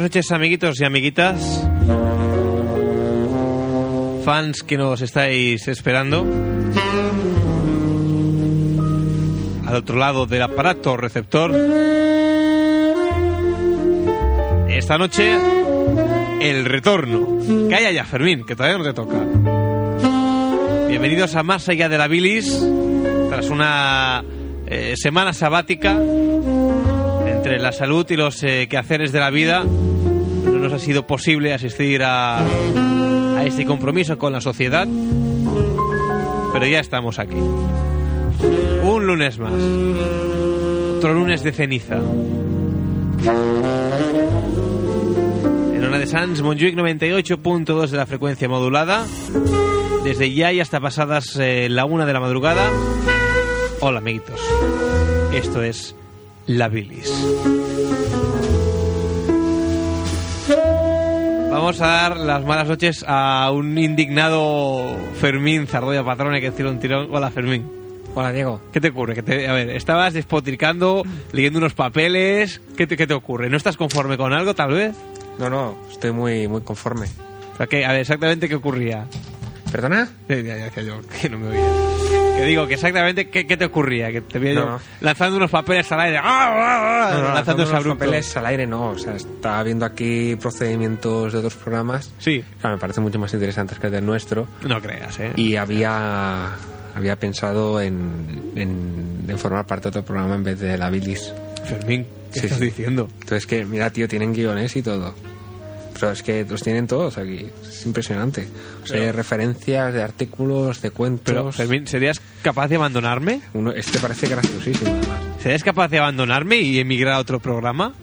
noches, amiguitos y amiguitas. Fans que nos estáis esperando. Al otro lado del aparato receptor. Esta noche, el retorno. Calla ya, Fermín, que todavía no te toca. Bienvenidos a Más Allá de la Bilis. Tras una eh, semana sabática entre la salud y los eh, quehaceres de la vida, no nos ha sido posible asistir a, a este compromiso con la sociedad, pero ya estamos aquí. Un lunes más. Otro lunes de ceniza. En una de Sans, Montjuic 98.2 de la frecuencia modulada. Desde ya y hasta pasadas eh, la una de la madrugada. Hola, amiguitos. Esto es la bilis. Vamos a dar las malas noches a un indignado Fermín Zardoya Patrone que tira un tirón. Hola, Fermín. Hola, Diego. ¿Qué te ocurre? Que te- a ver, estabas despotricando, leyendo unos papeles. ¿Qué te, qué te ocurre? ¿No estás conforme con algo, tal vez? No, no, estoy muy, muy conforme. O sea, que, a ver, exactamente qué ocurría. ¿Perdona? Eh, Ya, ya, que yo que no me oía. Que digo, que exactamente qué, qué te ocurría. Que te veía yo No. lanzando unos papeles al aire. ¡Ah, ah, ah! No, no, lanzando los ese abrupto. papeles al aire no. O sea, estaba viendo aquí procedimientos de otros programas. Sí. Claro, me parecen mucho más interesantes que el del nuestro. No creas, ¿eh? Y había, había pensado en, en, en formar parte de otro programa en vez de la bilis. Fermín, ¿qué Sí, estás sí. diciendo? Entonces, que mira, tío, tienen guiones y todo. Pero es que los tienen todos aquí. Es impresionante. O sea, Pero- hay referencias de artículos, de cuentos. Pero, Fermín, ¿serías capaz de abandonarme? Uno- este parece graciosísimo, además. ¿Serías capaz de abandonarme y emigrar a otro programa?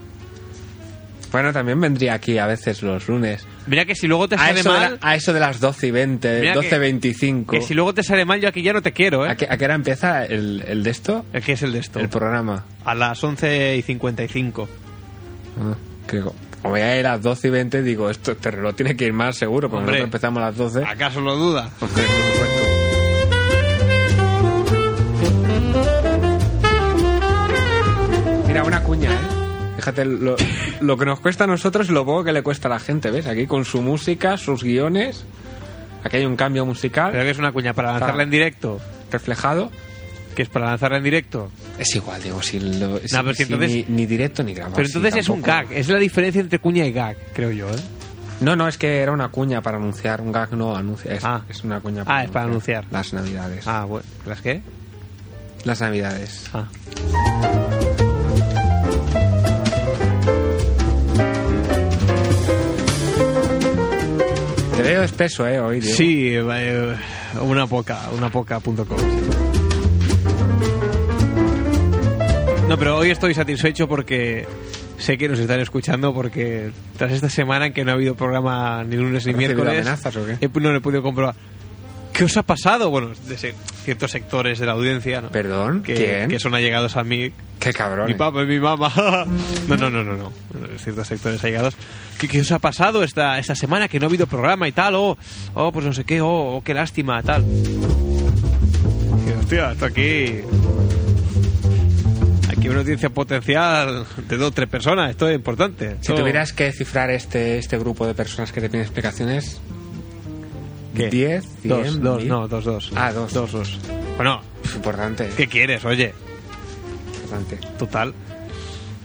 Bueno, también vendría aquí a veces los lunes. Mira que si luego te A sale eso, de la- mal... a eso de las 12 y 20, Mira que- 12 y 25. Que si luego te sale mal, yo aquí ya no te quiero, ¿A, ¿eh? qué, a qué hora empieza el, el de esto? El que es el de esto. El programa. A las 11 y 55. Ah, creo. Como ya era las 12 y 20, digo, esto, este reloj tiene que ir más seguro, porque Hombre. nosotros empezamos a las 12. ¿Acaso lo duda? Hombre, por supuesto. Mira, una cuña, ¿eh? Fíjate lo, lo que nos cuesta a nosotros y lo poco que le cuesta a la gente, ¿ves? Aquí con su música, sus guiones. Aquí hay un cambio musical Creo que es una cuña para lanzarla Ah. en directo. reflejado. Que es para lanzarla en directo. Es igual, digo, si, lo- si- pero si si entonces- ni, ni directo ni grabado. Pero si entonces es un tampoco- gag. Es la diferencia entre cuña y gag, creo yo, ¿eh? No, no, es que era una cuña para anunciar. Un gag no anuncia. Es, Ah. es una cuña Ah, es para anunciar. Las navidades. Ah, bueno. ¿Las qué? Las navidades. Ah. Te veo espeso, ¿eh? Hoy, Diego. Sí, eh, una poca, una poca.com. No, pero hoy estoy satisfecho porque sé que nos están escuchando porque tras esta semana en que no ha habido programa ni lunes ni ¿Has recibido miércoles, amenazas o qué? he- no lo he podido comprobar. ¿Qué os ha pasado? Bueno, de se- ciertos sectores de la audiencia, ¿no? Perdón, que, ¿quién? que son allegados a mí. Qué cabrón. Mi papá y mi mamá. No, no, no, no, no. Ciertos sectores allegados. ¿Qué, qué os ha pasado esta, esta semana? Que no ha habido programa y tal. Oh, oh pues no sé qué. Oh, oh, qué lástima, tal. Y, Hostia, esto aquí. Aquí hay una audiencia potencial de dos o tres personas. Esto es importante. Si Esto- tuvieras que cifrar este, este grupo de personas que te piden explicaciones, ¿Qué? 10, 100, Dos, dos, 1000. no, dos, dos. Ah, dos. Dos, dos. Bueno, Importante, ¿qué quieres? Oye, importante. total.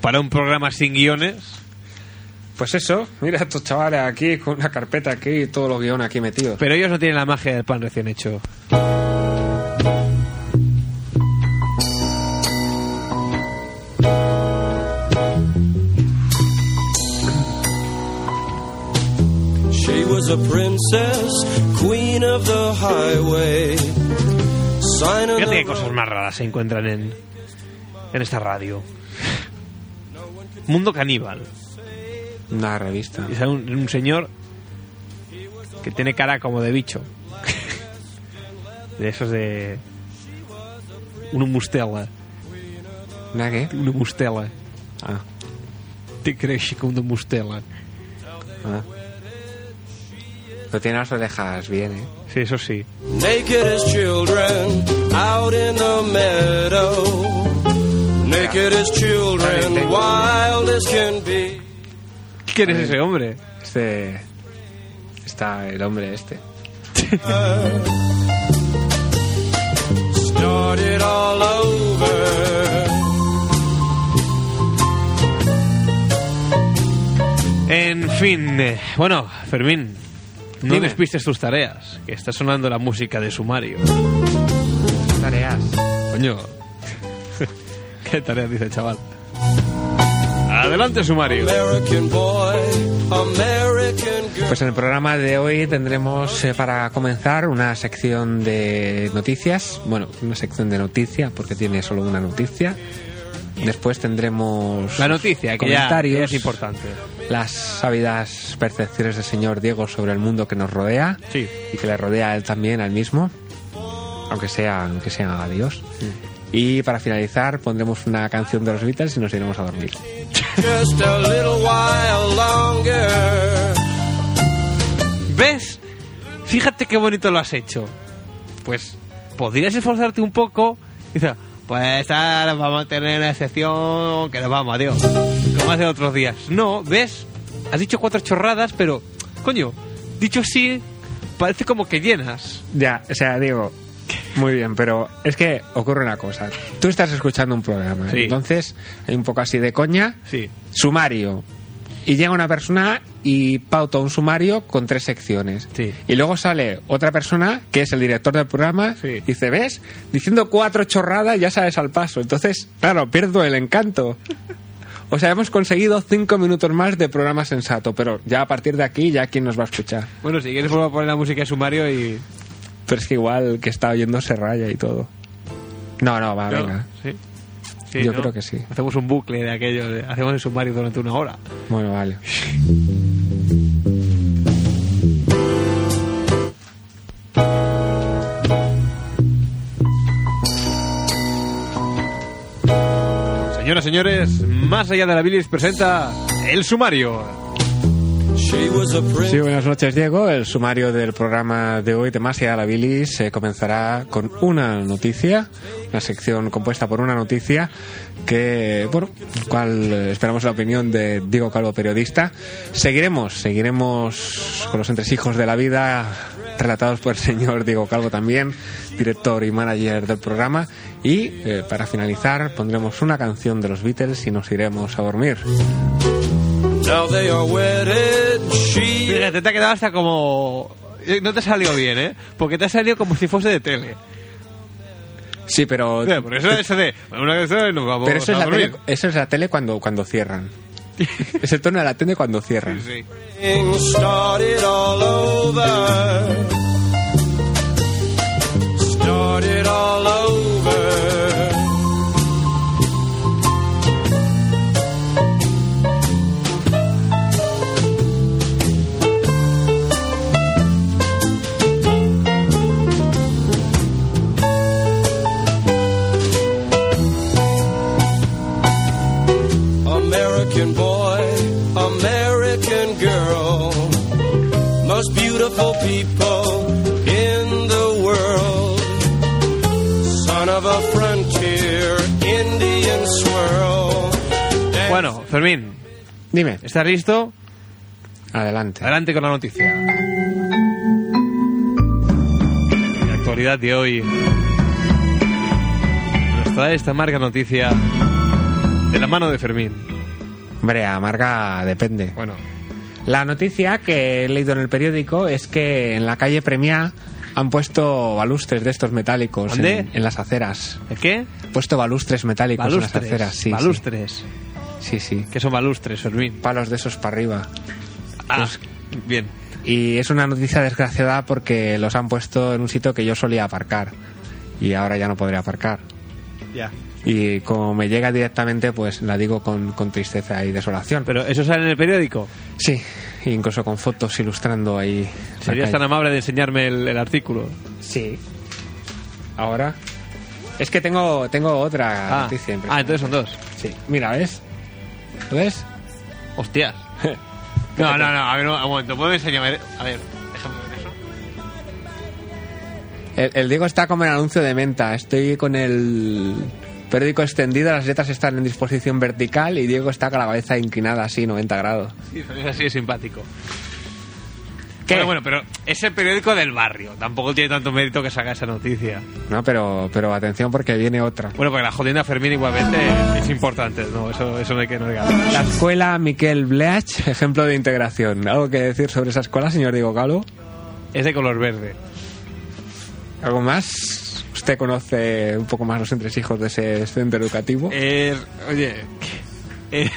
Para un programa sin guiones. Pues eso, mira estos chavales aquí con una carpeta aquí y todos los guiones aquí metidos. Pero ellos no tienen la magia del pan recién hecho. She was a princess, queen of the highway. Sign of Fíjate the qué cosas más raras se encuentran en, en esta radio. Mundo Caníbal. Una revista. Es un, un señor que tiene cara como de bicho. De esos de... Un mustela. ¿Una qué? Un mustela. Ah, Te crees que un mustela. ah. Pero tiene las orejas bien, ¿eh? Sí, eso sí. naked as children, out in the meadow. Naked as children, wild as can be. ¿Qué ¿Quién es ese hombre? Este. Está el hombre este. Started all over. En fin, eh, bueno, Fermín, no Dime. despistes tus tareas, que está sonando la música de sumario. Tareas. Coño, ¿qué tareas dice el chaval? Adelante, sumario. American boy, American girl. Pues en el programa de hoy tendremos eh, para comenzar una sección de noticias. Bueno, una sección de noticias porque tiene solo una noticia. Después tendremos La noticia, que ya, comentarios, ya es importante. las sabidas percepciones del señor Diego sobre el mundo que nos rodea Sí. y que le rodea a él también, al mismo, aunque sea, aunque sea a Dios. Mm. Y para finalizar pondremos una canción de los Beatles y nos iremos a dormir. Just a little while longer. ¿Ves? Fíjate qué bonito lo has hecho. Pues, ¿podrías esforzarte un poco? Dice, pues ahora vamos a tener una excepción, que nos vamos, adiós. Como hace otros días. No, ¿ves? Has dicho cuatro chorradas, pero, coño, dicho así, parece como que llenas. Ya, o sea, Diego, muy bien, pero es que ocurre una cosa. Tú estás escuchando un programa, ¿eh? Sí. entonces hay un poco así de coña, Sí. sumario. Y llega una persona y pauta un sumario con tres secciones. Sí. Y luego sale otra persona, que es el director del programa, Sí. y dice, ¿ves? Diciendo cuatro chorradas ya sabes al paso. Entonces, claro, pierdo el encanto. O sea, hemos conseguido cinco minutos más de programa sensato, pero ya a partir de aquí, ya quién nos va a escuchar. Bueno, si quieres, vuelvo a poner la música de sumario y. Pero es que igual que está oyendo se raya y todo. No, no, va, Ah, venga. Sí. Sí, Yo ¿no? creo que sí. Hacemos un bucle de aquello, de- hacemos el sumario durante una hora. Bueno, vale. Señoras, señores, más allá de la bilis presenta el sumario. She was a princess. Sí, buenas noches, Diego. El sumario del programa de hoy de Masia la Bilis se comenzará con una noticia, una sección compuesta por una noticia que, bueno, cual eh, esperamos la opinión de Diego Calvo, periodista. Seguiremos, seguiremos con los entresijos de la vida relatados por el señor Diego Calvo también, director y manager del programa. Y eh, para finalizar pondremos una canción de los Beatles y nos iremos a dormir. Now they are wedded. She Fíjate, te ha quedado hasta como. eh, No te salió bien, ¿eh? Porque te ha salido como si fuese de tele. Sí, pero... O sea, por eso eso de. bueno, Una canción y nos vamos Pero eso a es, la dormir. tele, eso es la tele cuando, cuando cierran. es el tono de la tele cuando cierran. Sí. started all over. Started all over. American boy, American girl. Most beautiful people in the world. Son of a frontier Indian swirl. Bueno, Fermín, Dime, ¿estás listo? adelante. Adelante con la noticia. La actualidad de hoy nos trae esta amarga noticia de la mano de Fermín. Hombre, amarga, depende. Bueno, La noticia que he leído en el periódico es que en la calle Premiá han puesto balustres de estos metálicos ¿Dónde? en, en las aceras. ¿el qué? Han puesto balustres metálicos en las Balustres. aceras, pues sí. balustres. Sí, sí. sí. ¿Qué son balustres, Fermín? Palos de esos para arriba. Ah, bien. Y es una noticia desgraciada porque los han puesto en un sitio que yo solía aparcar. Y ahora ya no podré aparcar. Ya. Y como me llega directamente, pues la digo con, con tristeza y desolación. Pero eso sale en el periódico. Sí, incluso con fotos ilustrando ahí. la Serías calle. tan amable de enseñarme el, el artículo. Sí. Ahora. Es que tengo, tengo otra Ah, noticia. ah, impresionante. entonces son dos. Sí. Mira, ¿ves? ¿Lo ¿Ves? Hostias. No, no, no, a ver, un momento, ¿puedo enseñarme? A ver, déjame ver eso. El, el Diego está como en anuncio de menta. Estoy con el Periódico extendido, las letras están en disposición vertical y Diego está con la cabeza inclinada así, 90 grados. Sí, pero es así de simpático. ¿Qué? Bueno, bueno, pero es el periódico del barrio. Tampoco tiene tanto mérito que saca esa noticia. No, pero, pero atención porque viene otra. Bueno, porque la jodienda Fermín igualmente es importante, ¿no? Eso, eso no hay que negar. La escuela Miquel Bleach, ejemplo de integración. ¿Algo que decir sobre esa escuela, señor Diego Calvo? Es de color verde. ¿Algo más? Usted conoce un poco más los entresijos de ese centro educativo. Es, oye, es,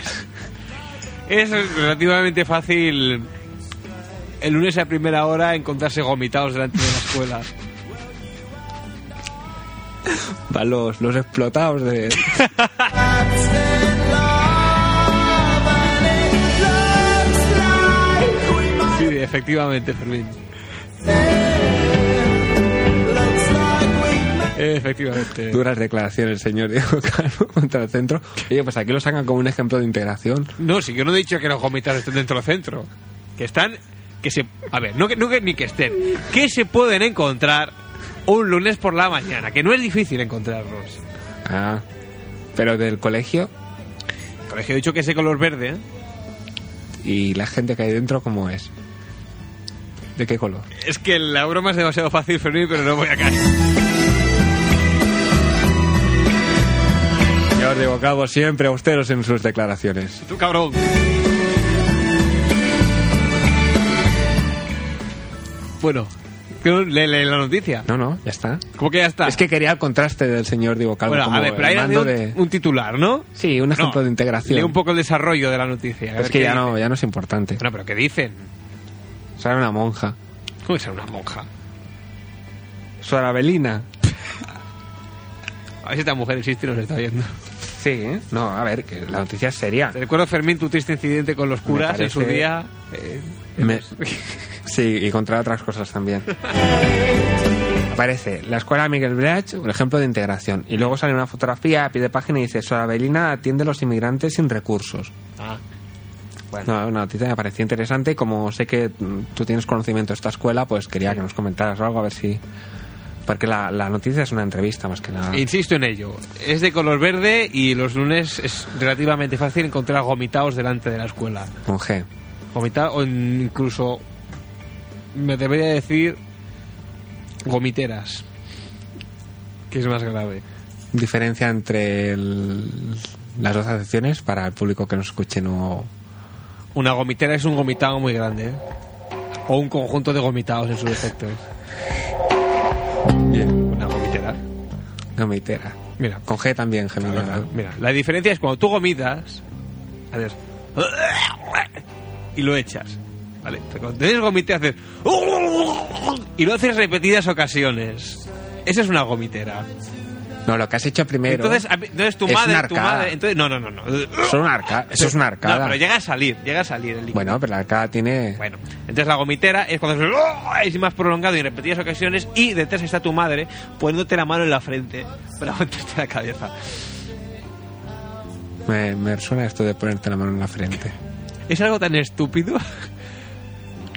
es relativamente fácil el lunes a primera hora encontrarse gomitados delante de la escuela. Para los, los explotados de... Sí, efectivamente, Fermín. Efectivamente. Duras declaraciones, señor Diego Calvo, contra el centro. Oye, pues aquí lo sacan como un ejemplo de integración. No, si yo no he dicho que los gomitados estén dentro del centro. Que están. Que se, a ver, no que, no que ni que estén. Que se pueden encontrar un lunes por la mañana. Que no es difícil encontrarlos. Ah, pero del colegio El colegio ha dicho que ese color verde, ¿eh? y la gente que hay dentro, ¿cómo es? ¿De qué color? Es que la broma es demasiado fácil, Fermín, pero no voy a caer. Señor Diego Calvo, siempre austeros en sus declaraciones. Tú, cabrón. Bueno, que no- le, le la noticia. No, no, ya está. ¿Cómo que ya está? Es que quería el contraste del señor Diego Calvo bueno, como a ver, pero el ahí ha mando habido un, de... un titular, ¿no? Sí, un ejemplo No, de integración. Lee un poco el desarrollo de la noticia. a Es ver que qué ya dice. no, ya no es importante. Bueno, pero ¿qué dicen? Sara una monja. ¿Cómo que será una monja? Sara Belina. A ver si esta mujer existe y nos está viendo. Sí, ¿eh? No, a ver, que la noticia es seria. Te recuerdo, Fermín, tu triste incidente con los curas Me en su parece- día. Me- Sí, y contra otras cosas también. Aparece la escuela Miguel Breach, un ejemplo de integración. Y luego sale una fotografía a pie de página y dice: Sora Belina atiende a los inmigrantes sin recursos. Ah, No, una noticia que me pareció interesante. y Como sé que mm, tú tienes conocimiento de esta escuela, pues quería que nos comentaras algo, a ver si. Porque la, la noticia es una entrevista más que nada. E Insisto en ello. Es de color verde y los lunes es relativamente fácil encontrar gomitaos delante de la escuela. Con G. Gomita o incluso me debería decir gomiteras, que es más grave. Diferencia entre el- las dos asociaciones para el público que nos escuche no. Una gomitera es un gomitado muy grande ¿eh? o un conjunto de gomitados en su defecto. ¿eh? Bien. Una gomitera. Gomitera. Mira, Con G también, Gemilera. mira, la diferencia es cuando tú gomitas, haces y lo echas. Vale, Pero cuando tienes gomite haces y lo haces repetidas ocasiones. Esa es una gomitera. No, lo que has hecho primero. entonces, a mí- entonces tu es madre, una tu arcada. madre, entonces no, no, no, no. Eso es una arca- eso es una arcada. No, pero llega a salir, llega a salir el líquido. Bueno, pero la arcada tiene. Bueno, entonces la gomitera es cuando es- es más prolongado y en repetidas ocasiones y detrás está tu madre poniéndote la mano en la frente para aguantarte la cabeza. Me, me suena esto de ponerte la mano en la frente. Es algo tan estúpido.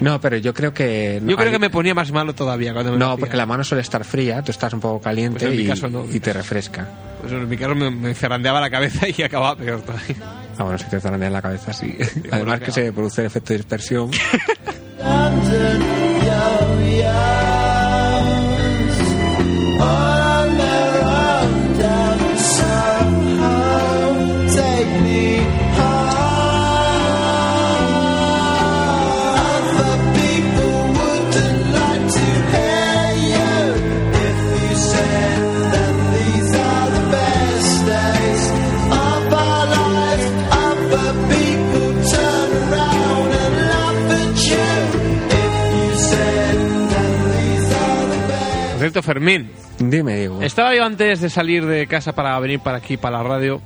No, pero yo creo que. Yo creo hay- que me ponía más malo todavía cuando me lo No, hacía. porque la mano suele estar fría, tú estás un poco caliente Pues en mi y, caso no. y te refresca. Pues en mi caso me, me zarandeaba la cabeza y acababa peor todavía. Ah, bueno, si te zarandea en la cabeza, sí. Además bueno, que claro. se produce el efecto de dispersión. Take me home. Other people wouldn't like to hear you if you said that these are the best days of our lives. Other people turn around and laugh at you if you said that these are the best. Por cierto, Fermín, Dime, Diego. estaba yo antes de salir de casa para venir para aquí, para la radio,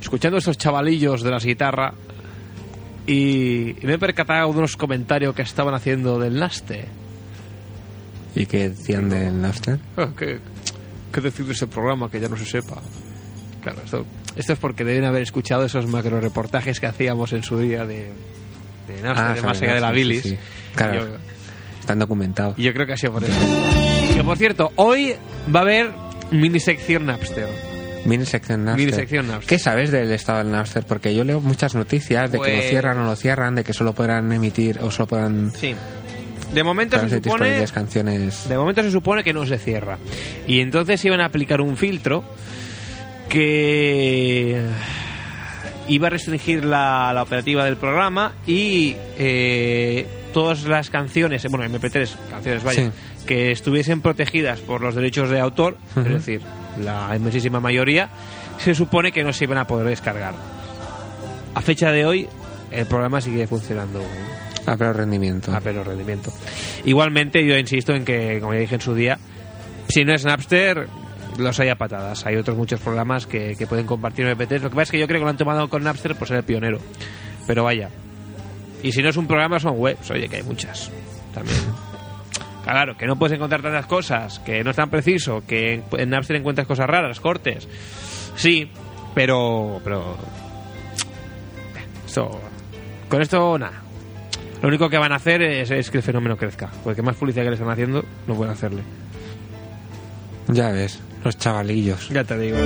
escuchando a esos chavalillos de la guitarra y, y me he percatado de unos comentarios que estaban haciendo del Naste. ¿Y qué decían del Napster? Ah, ¿Qué, qué decir de ese programa que ya no se sepa? Claro, esto, esto es porque deben haber escuchado esos macro reportajes que hacíamos en su día de, de Napster, de sobre Más allá de la Napster, bilis. Ah, sí, sí. Claro. Yo- Están documentados. Y yo creo que ha sido por eso. Que por cierto, hoy va a haber mini sección Napster. Minisección Napster. Minisección Napster. ¿Qué sabes del estado del Napster? Porque yo leo muchas noticias de que Pues- lo cierran o lo cierran, de que solo podrán emitir o solo podrán Sí. De momento se transmitir supone disponibles canciones. Pues, De momento se supone que no se cierra. Y entonces iban a aplicar un filtro que iba a restringir la, la operativa del programa y eh, todas las canciones, bueno, MP3, canciones, vaya, que estuviesen protegidas por los derechos de autor, Ujú. es decir, la inmensísima mayoría, se supone que no se iban a poder descargar. A fecha de hoy, el programa sigue funcionando A pleno rendimiento. a pleno Ah, rendimiento. Igualmente, yo insisto en que, como ya dije en su día, si no es Napster, los hay a patadas. Hay otros muchos programas que, que pueden compartir MP3. Lo que pasa es que yo creo que lo han tomado con Napster por ser el pionero. Pero vaya. Y si no es un programa, son webs. Oye, que hay muchas. También. Claro, que no puedes encontrar tantas cosas, que no es tan preciso, que en- en Napster encuentras cosas raras, cortes. Sí, pero. pero esto, con esto, nada. Lo único que van a hacer es, es que el fenómeno crezca. Porque más publicidad que le están haciendo, no pueden hacerle. Ya ves, los chavalillos. Ya te digo.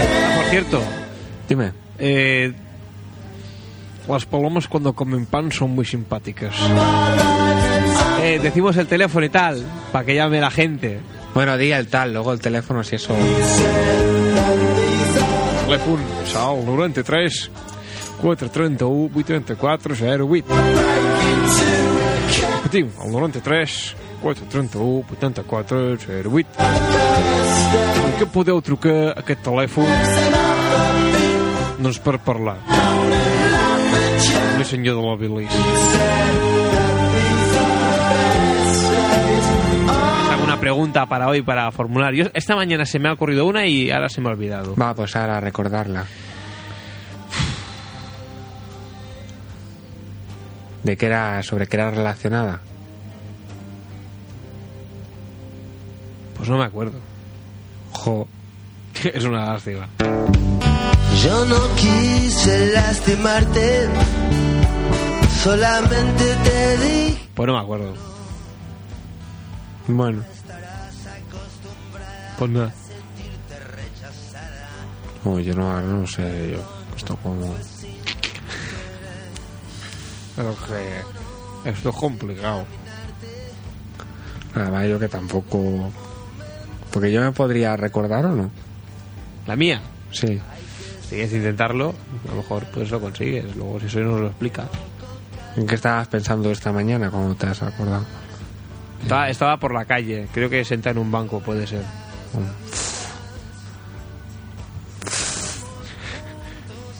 Ah, Por cierto, Dime. eh, las palomas cuando comen pan son muy simpáticas. Ah. Eh, decimos el teléfono y tal, para que llame la gente. Bueno, di el tal, luego el teléfono, si eso. Telèfon sal 93 431 84 08. Repetim, el 93 431 84 08. En què podeu trucar a aquest telèfon? Doncs per parlar. Amb el senyor de la Bilis. alguna pregunta para hoy para formular. Yo esta mañana se me ha ocurrido una y ahora se me ha olvidado. Va, pues ahora a recordarla. ¿De qué era, sobre qué era relacionada? Pues no me acuerdo. Jo. Es una lástima. Yo no quise lastimarte, solamente te di. Pues no me acuerdo. Bueno, Pues nada. como yo no, ahora no sé, yo. Esto como. Pero que esto es complicado. Nada, yo que tampoco. Porque yo me podría recordar o no. La mía. Sí. Si quieres intentarlo, a lo mejor pues lo consigues. Luego si eso nos lo explica. ¿En qué estabas pensando esta mañana cuando te has acordado? Estaba, estaba por la calle. Creo que sentado en un banco puede ser.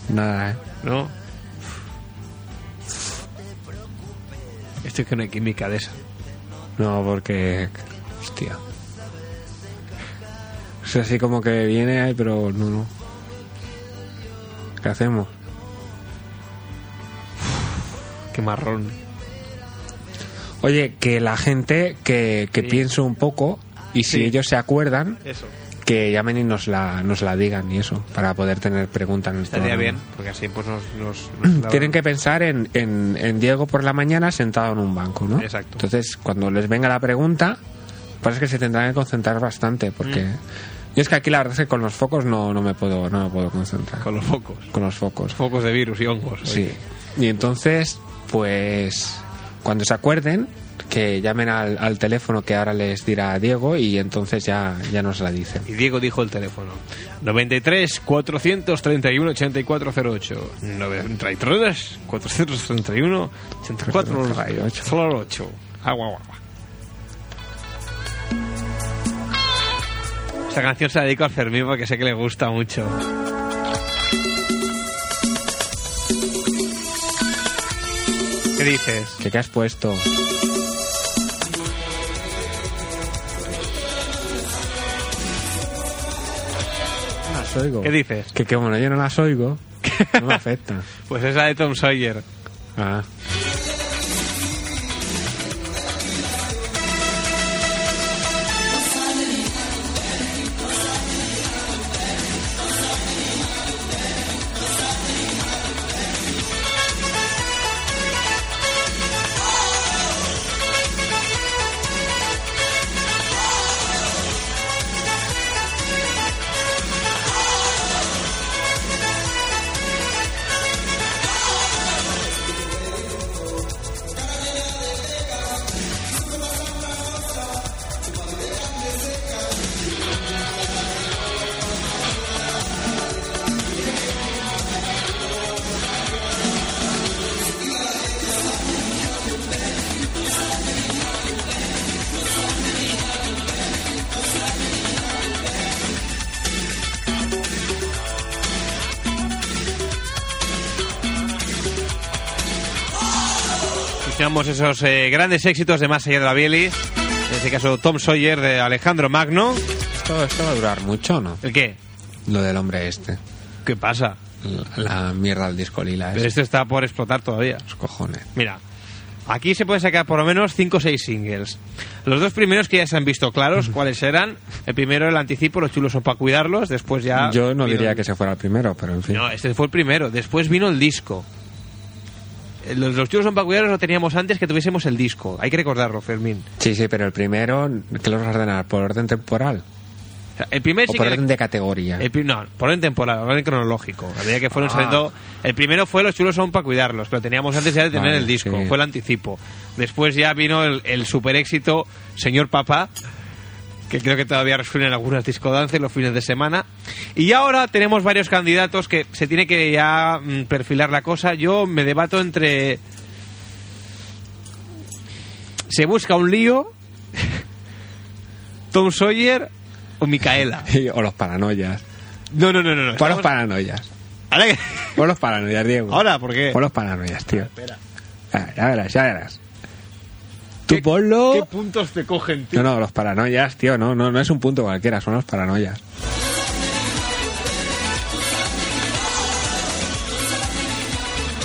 Nada, ¿eh? ¿No? Esto es que no hay química de esa. No, porque. Hostia. Es así como que viene, ay, pero no, no. ¿Qué hacemos? Qué marrón. Oye, que la gente que, que Sí. piense un poco y si Sí. ellos se acuerdan, Eso. que llamen y nos la, nos la digan y eso, para poder tener preguntas. en el Estaría programa. bien, porque así pues nos... nos- nos Tienen que pensar en, en- en Diego por la mañana sentado en un banco, ¿no? Exacto. Entonces, cuando les venga la pregunta, parece que se tendrán que concentrar bastante, porque... Mm. Yo es que aquí la verdad es que con los focos no, no, me, puedo, no me puedo concentrar. Con los focos. Con los focos. Focos de virus y hongos. Sí. Y entonces, pues, cuando se acuerden, que llamen al, al teléfono que ahora les dirá Diego y entonces ya, ya nos la dicen. Y Diego dijo el teléfono. 93 431 8408. 93 431 8408. Agua, agua, agua. Esta canción se la dedico a Fermín porque sé que le gusta mucho. ¿Qué dices? ¿Qué, qué has puesto? No las oigo. ¿Qué dices? Que, que bueno, yo no las oigo. No me afecta. Pues es la de Tom Sawyer. Ah. Escuchamos esos eh, grandes éxitos de Más allá de la Bielis. En este caso, Tom Sawyer de Alejandro Magno. Esto, esto va a durar mucho, ¿no? ¿El qué? Lo del hombre este. ¿Qué pasa? La, la mierda del disco lila. Pero Es, esto está por explotar todavía. Los cojones. Mira, aquí se pueden sacar por lo menos 5 o 6 singles. Los dos primeros que ya se han visto claros, cuáles eran. El primero, el anticipo, los chulos son para cuidarlos. Después ya. Yo no vino- diría que se fuera el primero, pero en fin. No, este fue el primero. Después vino el disco. Eh, Los, los chulos son para cuidarlos lo teníamos antes que tuviésemos el disco. Hay que recordarlo, Fermín. Sí, sí, pero el primero, ¿qué los vas a ordenar? ¿Por orden temporal? O sea, el primer ¿O por single. orden de categoría? El pri- no, por orden temporal, por orden cronológico. A medida que fueron saliendo. El primero fue Los chulos son para cuidarlos, pero teníamos antes ya de tener Ah. Vale, el disco, sí. fue el anticipo. Después ya vino el, el super éxito Señor Papá, que creo que todavía resuenan algunas discodances los fines de semana. Y ahora tenemos varios candidatos que se tiene que ya mm, perfilar la cosa. Yo me debato entre. Se busca un lío. Tom Sawyer o Micaela. o los paranoias. Pues No, no, no, no. no. Por los Estamos- paranoias. Ahora, que- Por los paranoias, Diego. ahora, ¿por qué? Por los paranoias, tío. Ah, ya verás, ya verás. Tú ponlo. ¿Qué puntos te cogen, tío? No, no, los paranoias, tío, no, no, no es un punto cualquiera, son los paranoias.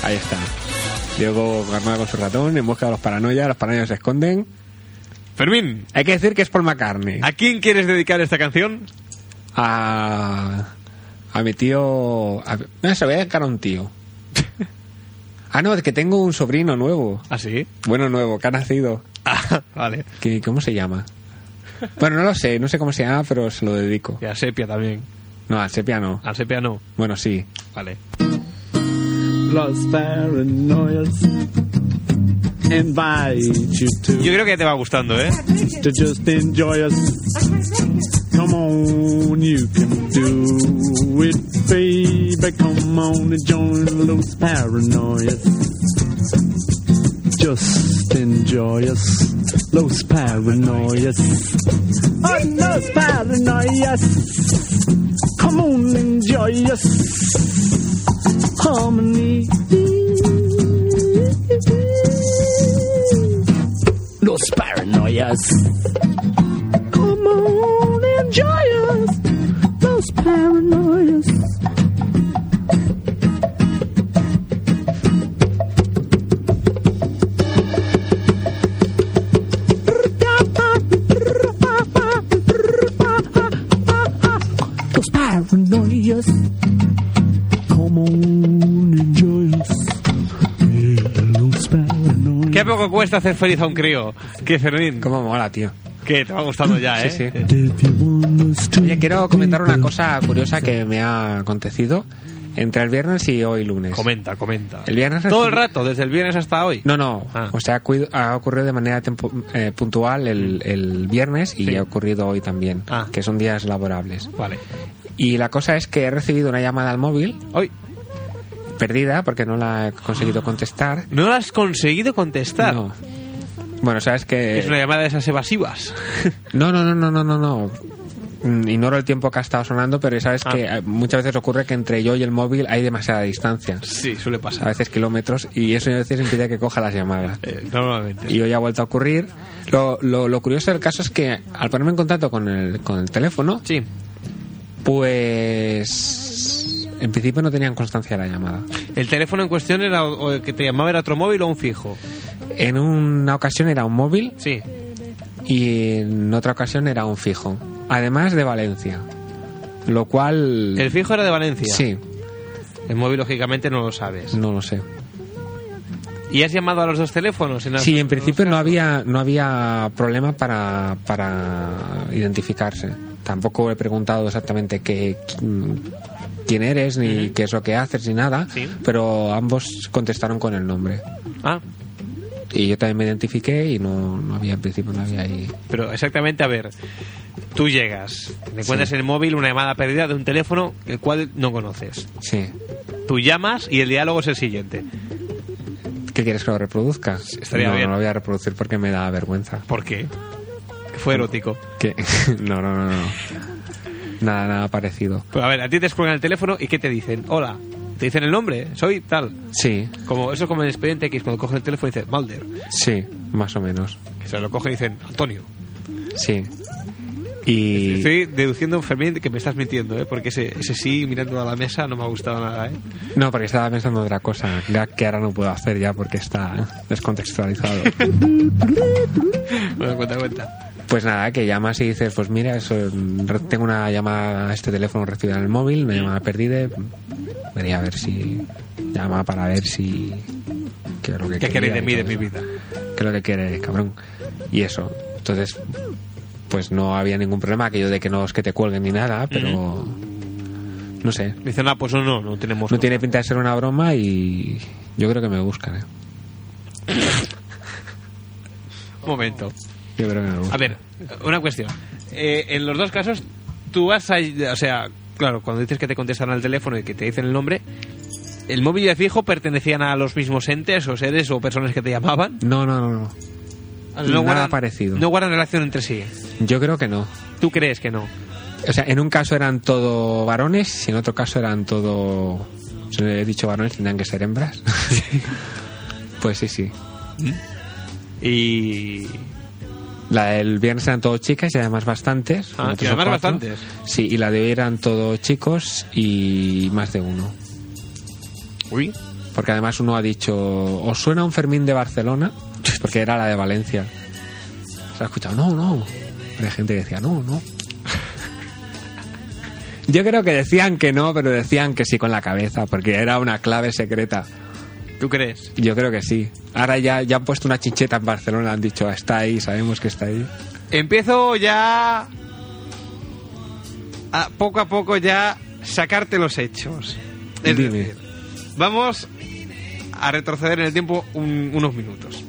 Ahí está. Diego armado con su ratón en busca de los paranoias, los paranoias se esconden. Fermín, Hay que decir que es Paul McCartney. ¿a quién quieres dedicar esta canción? A, a mi tío... A, no, se lo voy a dedicar a un tío. ah, no, es que tengo un sobrino nuevo. ¿Ah, sí? Bueno, nuevo, que ha nacido. Ah, vale. que ¿Cómo se llama? Bueno, no lo sé, no sé cómo se llama, pero se lo dedico. Y a Sepia también. No, al sepia no. A Sepia no. Bueno, sí. Vale. Los paranoids invite you to, Yo creo que ya te va gustando, ¿eh? to just enjoy us. Come on, you can do it, baby. Come on and join Los paranoids. Just enjoy us, Los paranoids. Oh, Los paranoias. Come on, enjoy us. Harmony. Los paranoias. Come on, enjoy us. Los paranoias. Los paranoias. Come on, enjoy us. Yeah, Los paranoias. Qué poco cuesta hacer feliz a un crío. Que Fermín, ¿Cómo mola, tío? que te va gustando ya, ¿eh? Sí, sí. Oye, Oye, quiero comentar una cosa curiosa que me ha acontecido entre el viernes y hoy lunes. Comenta, comenta. El viernes Todo el recibí- rato, desde el viernes hasta hoy. No, no. Ah. O sea, cuido- ha ocurrido de manera tempo- eh, puntual el, el viernes y Sí. ha ocurrido hoy también, Ah. que son días laborables. Vale. Y la cosa es que he recibido una llamada al móvil Hoy. perdida porque no la he conseguido contestar. No lo has conseguido contestar. No. Bueno, sabes que Ah. Es una llamada de esas evasivas. No, no, no, no, no, no, no. Mm, Ignoro el tiempo que ha estado sonando, pero sabes Ah. que eh, muchas veces ocurre que entre yo y el móvil hay demasiada distancia, sí, suele a pasar. veces kilómetros, y eso a veces impide que coja las llamadas. Eh, normalmente. Y hoy ha vuelto a ocurrir. Lo, lo- lo curioso del caso es que al ponerme en contacto con el, con el teléfono, Sí. pues en principio no tenían constancia de la llamada. ¿El teléfono en cuestión era o el que te llamaba era otro móvil o un fijo? En una ocasión era un móvil Sí. y en otra ocasión era un fijo, además de Valencia, lo cual... El fijo era de Valencia. Sí, El móvil, lógicamente, no lo sabes. no lo sé. ¿Y has llamado a los dos teléfonos? En Sí, en principio no había, no había problema para, para identificarse. Tampoco he preguntado exactamente qué, quién- quién eres, ni qué es lo que haces, ni nada, Sí. pero ambos contestaron con el nombre. Ah, Y yo también me identifiqué y no, no había, en principio, no había ahí. pero exactamente, a ver. Tú llegas, te encuentras en el móvil una llamada perdida de un teléfono el cual no conoces. Sí. Tú llamas y el diálogo es el siguiente. ¿Qué quieres que lo reproduzca? estaría no, bien. no lo voy a reproducir porque me da vergüenza. ¿Por qué? Fue erótico. ¿Qué? no, no, no, no. Nada, nada parecido. Pero a ver, a ti te descuelgan el teléfono y ¿qué te dicen? Hola. te dicen el nombre, ¿eh? soy tal. Sí, Como eso es como en expediente X, cuando cogen el teléfono y dicen Mulder, sí, más o menos. que se lo cogen y dicen Antonio. Sí. Y Estoy deduciendo, Fermín, que me estás mintiendo, ¿eh? porque ese, ese sí mirando a la mesa no me ha gustado nada. ¿eh? no, porque estaba pensando otra cosa, gag que ahora no puedo hacer ya porque está descontextualizado. Bueno, cuenta, cuenta. Pues nada, que llamas y dices, pues mira, eso, re- tengo una llamada a este teléfono recibida en el móvil, una llamada perdida, venía a ver si... Llama para ver si... ¿Qué es lo que ¿Qué queréis quería de y mí, de todo mi eso. vida? ¿Qué es lo que quieres, cabrón? Y eso. Entonces, pues no había ningún problema, aquello de que no es que te cuelguen ni nada, pero... No sé. Me dicen, ah, pues no, no, no tenemos. No tiene pinta de ser una broma y yo creo que me buscan, ¿eh? Un momento. Yo creo que me buscan. A ver, una cuestión. Eh, en los dos casos, tú vas a. O sea, claro, cuando dices que te contestan al teléfono y que te dicen el nombre, ¿el móvil y el fijo pertenecían a los mismos entes o seres o personas que te llamaban? No, no, no, no. Nada parecido. No guardan relación entre sí. Yo creo que no. ¿Tú crees que no? O sea, en un caso eran todo varones y en otro caso eran todo... Si le he dicho varones, tendrían que ser hembras. pues sí, sí. ¿Mm? Y. La del viernes eran todos chicas y además bastantes. Ah, como y tres o además cuatro. bastantes. Sí, y la de hoy eran todos chicos y más de uno. Uy. Porque además uno ha dicho, ¿os suena un Fermín de Barcelona? Porque era la de Valencia. Se ha escuchado, no, no. Hay gente que decía, no, no. Yo creo que decían que no, pero decían que sí con la cabeza, porque era una clave secreta. ¿Tú crees? Yo creo que sí. Ahora ya, ya han puesto una chincheta en Barcelona, han dicho, está ahí, sabemos que está ahí. Empiezo ya. A, poco a poco ya sacarte los hechos. Es Dime. decir, vamos a retroceder en el tiempo un- unos minutos.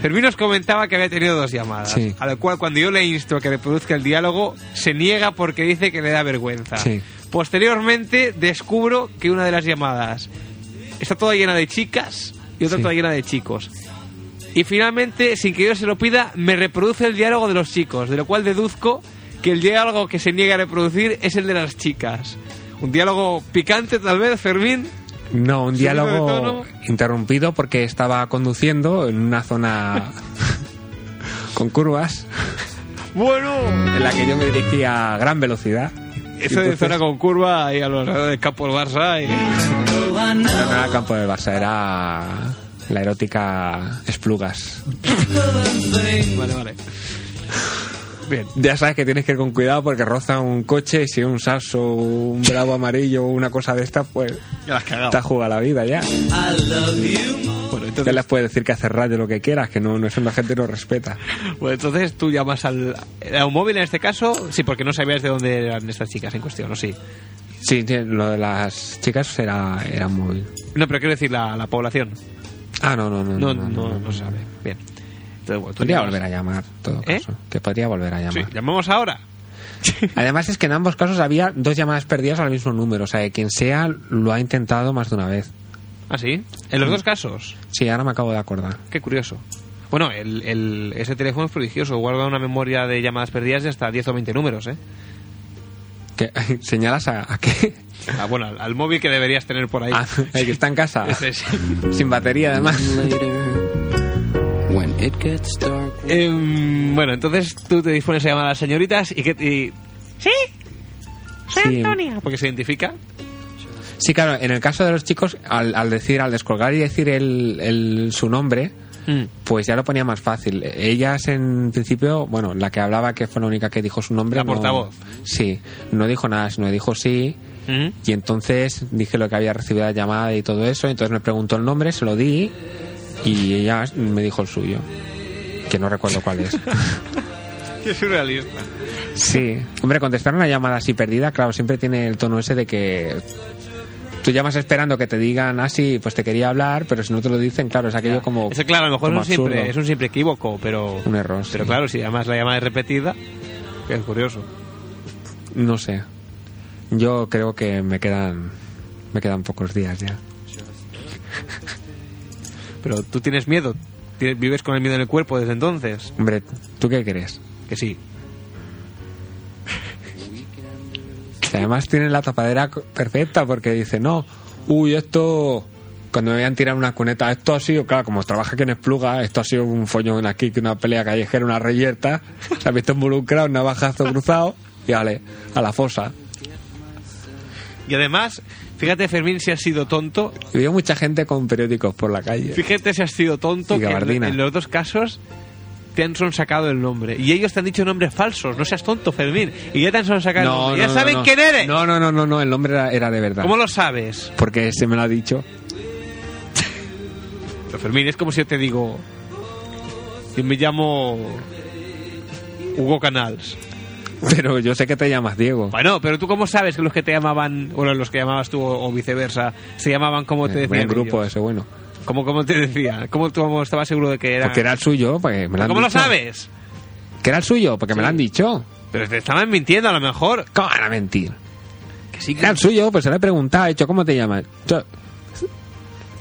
Fermín nos comentaba que había tenido dos llamadas, Sí. a lo cual cuando yo le insto a que reproduzca el diálogo, se niega porque dice que le da vergüenza. Sí. Posteriormente descubro que una de las llamadas está toda llena de chicas y otra Sí. toda llena de chicos. Y finalmente, sin que yo se lo pida, me reproduce el diálogo de los chicos, de lo cual deduzco que el diálogo que se niega a reproducir es el de las chicas. Un diálogo picante, tal vez, Fermín. No, un ¿Subido de tono? diálogo interrumpido porque estaba conduciendo en una zona con curvas Bueno, en la que yo me dirigía a gran velocidad. eso de Entonces, zona con curva y a los del campo del Barça. Y... no, no era el campo de Barça, era la erótica Esplugas. Vale, vale. Bien. Ya sabes que tienes que ir con cuidado porque roza un coche y si un saso, un bravo amarillo, una cosa de estas, pues Ya las cagado. te juega la vida ya. Bueno, Ya entonces, les puedes decir que haces radio lo que quieras, que no, no eso la gente no respeta. bueno, entonces tú llamas al, a un móvil en este caso. Sí, porque no sabías de dónde eran estas chicas en cuestión, ¿o sí? Sí, sí, lo de las chicas era, era móvil. No, pero quiero decir la, la población. Ah, no, no, no. No, no, no, sabe. Bien. Entonces, bueno, tú Podría llamas. volver a llamar, en todo ¿Eh? caso. Que podría volver a Sí, llamar. llamamos ahora. Además es que en ambos casos había dos llamadas perdidas al mismo número. O sea, que quien sea lo ha intentado más de una vez. ¿Ah, sí? En los dos casos. Sí, ahora me acabo de acordar. Qué curioso. Bueno, el, el- ese teléfono es prodigioso. Guarda una memoria de llamadas perdidas de hasta 10 o 20 números, ¿eh? ¿Qué? ¿Señalas a, a qué? Ah, bueno, al, al móvil que deberías tener por ahí. Ah, el que está en casa. Ese es. Sin batería, además. Mm, When it gets dark. Em, bueno, entonces tú te dispones a llamar a las señoritas y que... y- ¿Sí? Soy Sí. Antonia. Porque se identifica. Sí, claro, en el caso de los chicos, al, al decir, al descolgar y decir el, el- su nombre, pues ya lo ponía más fácil. Ellas en principio, bueno, la que hablaba que fue la única que dijo su nombre. La no- portavoz. Sí, no dijo nada, sino dijo sí. Ujú. Y entonces dije lo que había recibido la llamada y todo eso. Entonces me preguntó el nombre, se lo di y ella me dijo el suyo. Que no recuerdo cuál es. Qué surrealista. Sí. Hombre, contestar una llamada así perdida, claro, siempre tiene el tono ese de que tú llamas esperando que te digan así, pues te quería hablar, pero si no te lo dicen, claro, es aquello como. Eso, claro, a lo mejor como es un, simple, absurdo. es un simple equívoco, pero... Un error, sí. Pero claro, si además la llamada es repetida, es curioso. No sé. Yo creo que me quedan. Me quedan pocos días ya. Pero tú tienes miedo. Tienes- Vives con el miedo en el cuerpo desde entonces. Hombre, ¿tú qué crees? Que sí. Que además tiene la tapadera co- perfecta porque dice, no, uy, esto, cuando me habían tirado una cuneta, esto ha sido, claro, como trabaja quien es pluga, esto ha sido un follón aquí, que una pelea callejera, una reyerta, se ha visto involucrado, un navajazo cruzado, y vale, a la fosa. Y además, fíjate, Fermín, si has sido tonto. Y veo mucha gente con periódicos por la calle. Fíjate si has sido tonto. Y que en, gabardina. en los dos casos te han sonsacado el nombre. Y ellos te han dicho nombres falsos. No seas tonto, Fermín. Y ya te han sonsacado el nombre. ya saben no. quién eres. No, no, no, no, no, el nombre era, era de verdad. ¿Cómo lo sabes? Porque se me lo ha dicho. Pero, Fermín, es como si yo te digo. Yo me llamo. Hugo Canals. Pero yo sé que te llamas Diego. Bueno, pero tú cómo sabes que los que te llamaban, o los que llamabas tú, o, o viceversa, se llamaban como te Eh, decían. buen grupo ellos? ese, bueno. ¿Cómo, cómo te decían? ¿Cómo tú cómo estabas seguro de que era? Porque era el suyo, porque me lo han ¿Cómo lo dicho. sabes? Que era el suyo, porque me lo han dicho. Pero te estaban mintiendo a lo mejor. ¿Cómo van a mentir? Que sí, Era el suyo, pues se le he preguntado, he dicho, ¿cómo te llamas? Yo-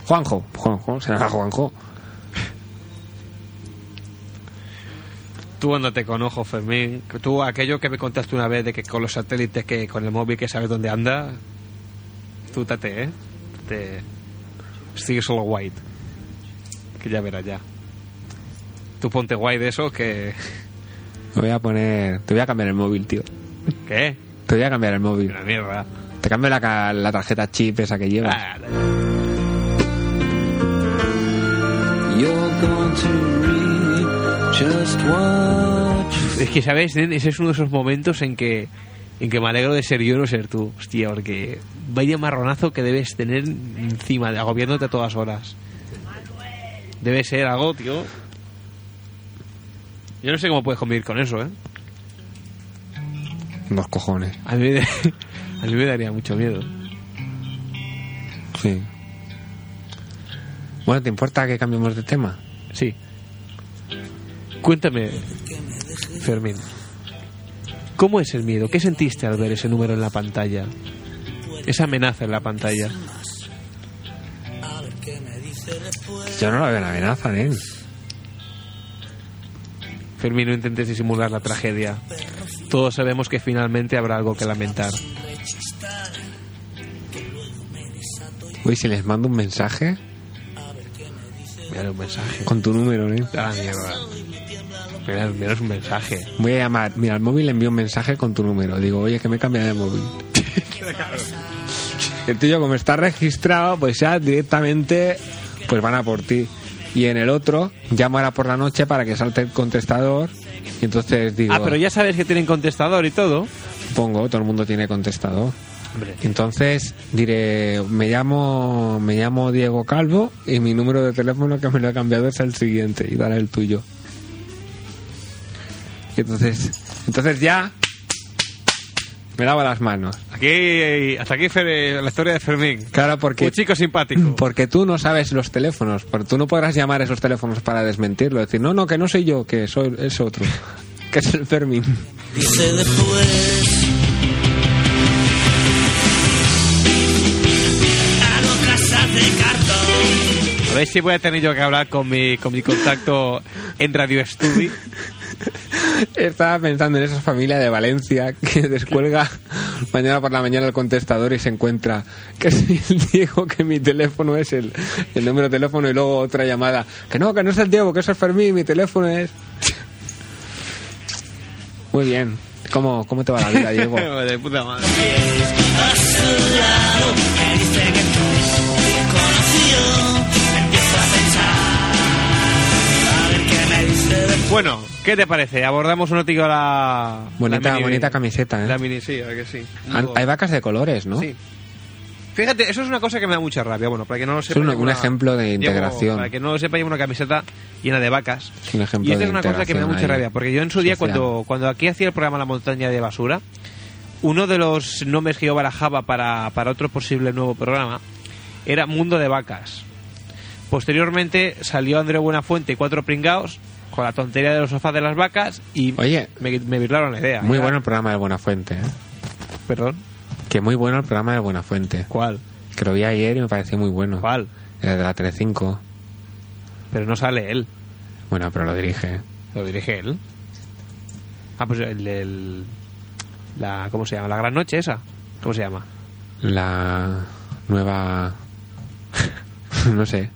Juanjo. Juanjo, se llama Juanjo. Tú andate con ojo, Fermín. Que Tú, aquello que me contaste una vez de que con los satélites, que con el móvil que sabes dónde anda, tú tate, ¿eh? Te... Sigue solo white. Que ya verás ya. Tú ponte guay de eso que... Me voy a poner... Te voy a cambiar el móvil, tío. ¿Qué? Te voy a cambiar el móvil. Una mierda. Te cambio la, ca- la tarjeta chip esa que llevas. Ah, You're going to read just what you Es que, ¿sabes? nen? Ese es uno de esos momentos en que, en que me alegro de ser yo y no ser tú. Hostia, porque vaya marronazo que debes tener encima, de- agobiándote a todas horas. Debe ser algo, tío. Yo no sé cómo puedes convivir con eso, ¿eh? Los cojones. A mí, me- a mí me daría mucho miedo. Sí. Bueno, ¿te importa que cambiemos de tema? Sí. Cuéntame, Fermín. ¿Cómo es el miedo? ¿Qué sentiste al ver ese número en la pantalla? Esa amenaza en la pantalla. Yo no la veo una amenaza, nen. Fermín, no intentes disimular la tragedia. Todos sabemos que finalmente habrá algo que lamentar. Uy, si les mando un mensaje Mira un mensaje. con tu número, nen. A la mierda. Mira, mira, es un mensaje. Voy a llamar. Mira, al móvil le envío un mensaje con tu número. Digo, oye, que me he cambiado de móvil. el tuyo, como está registrado, pues ya directamente pues van a por ti. Y en el otro, llamo ahora por la noche para que salte el contestador. Y entonces digo, Ah, pero ya sabes que tienen contestador y todo. pongo, todo el mundo tiene contestador. Hombre. Entonces diré, me llamo, me llamo Diego Calvo y mi número de teléfono que me lo he cambiado es el siguiente y daré el tuyo. Y entonces, entonces ya me lavo las manos. Aquí, hasta aquí Fer- eh, la historia de Fermín. Claro, porque Un Pues chico simpático. porque tú no sabes los teléfonos, porque tú no podrás llamar a esos teléfonos para desmentirlo, decir, no, no, que no soy yo, que soy es otro, que es el Fermín. Dice después. Hago casas de cartón. A ver si voy a tener yo que hablar con mi, con mi contacto en Radio Studi. Estaba pensando en esa familia de Valencia que descuelga mañana por la mañana el contestador y se encuentra que si el Diego, que mi teléfono es el, el número de teléfono y luego otra llamada. Que no, que no es el Diego, que es el Fermín, mi teléfono es... Muy bien. ¿Cómo, cómo te va la vida, Diego? de puta madre. A su lado, me dice que tú conocido. Empiezo a pensar. A ver qué me dice después. Bueno, ¿qué te parece? Abordamos un notico la... Bonita- la mini- bonita camiseta, ¿eh? La mini, sí, a que sí. Han- Hay vacas de colores, ¿no? Sí. Fíjate, eso es una cosa que me da mucha rabia. Bueno, para que no lo sepa. un- llevo un una- ejemplo de llevo- integración. para que no lo sepa, llevo una camiseta llena de vacas. Es un ejemplo y esta de es una cosa que me da integración mucha ahí, rabia. Porque yo en su día, social. cuando, cuando aquí hacía el programa La Montaña de Basura, uno de los nombres que yo barajaba para, para otro posible nuevo programa era Mundo de Vacas. Posteriormente salió André Buenafuente y cuatro pringaos con la tontería de los sofás de las vacas y Oye. me, me birlaron la idea. Muy Era- bueno el programa de Buenafuente, ¿eh? Perdón. Que muy bueno el programa de Buenafuente. ¿Cuál? Que lo vi ayer y me pareció muy bueno. ¿Cuál? El de la 35. Pero no sale él. Bueno, pero lo dirige. Lo dirige él. Ah, pues el, el- la ¿cómo se llama? La gran noche esa. ¿Cómo se llama? La... nueva... no sé.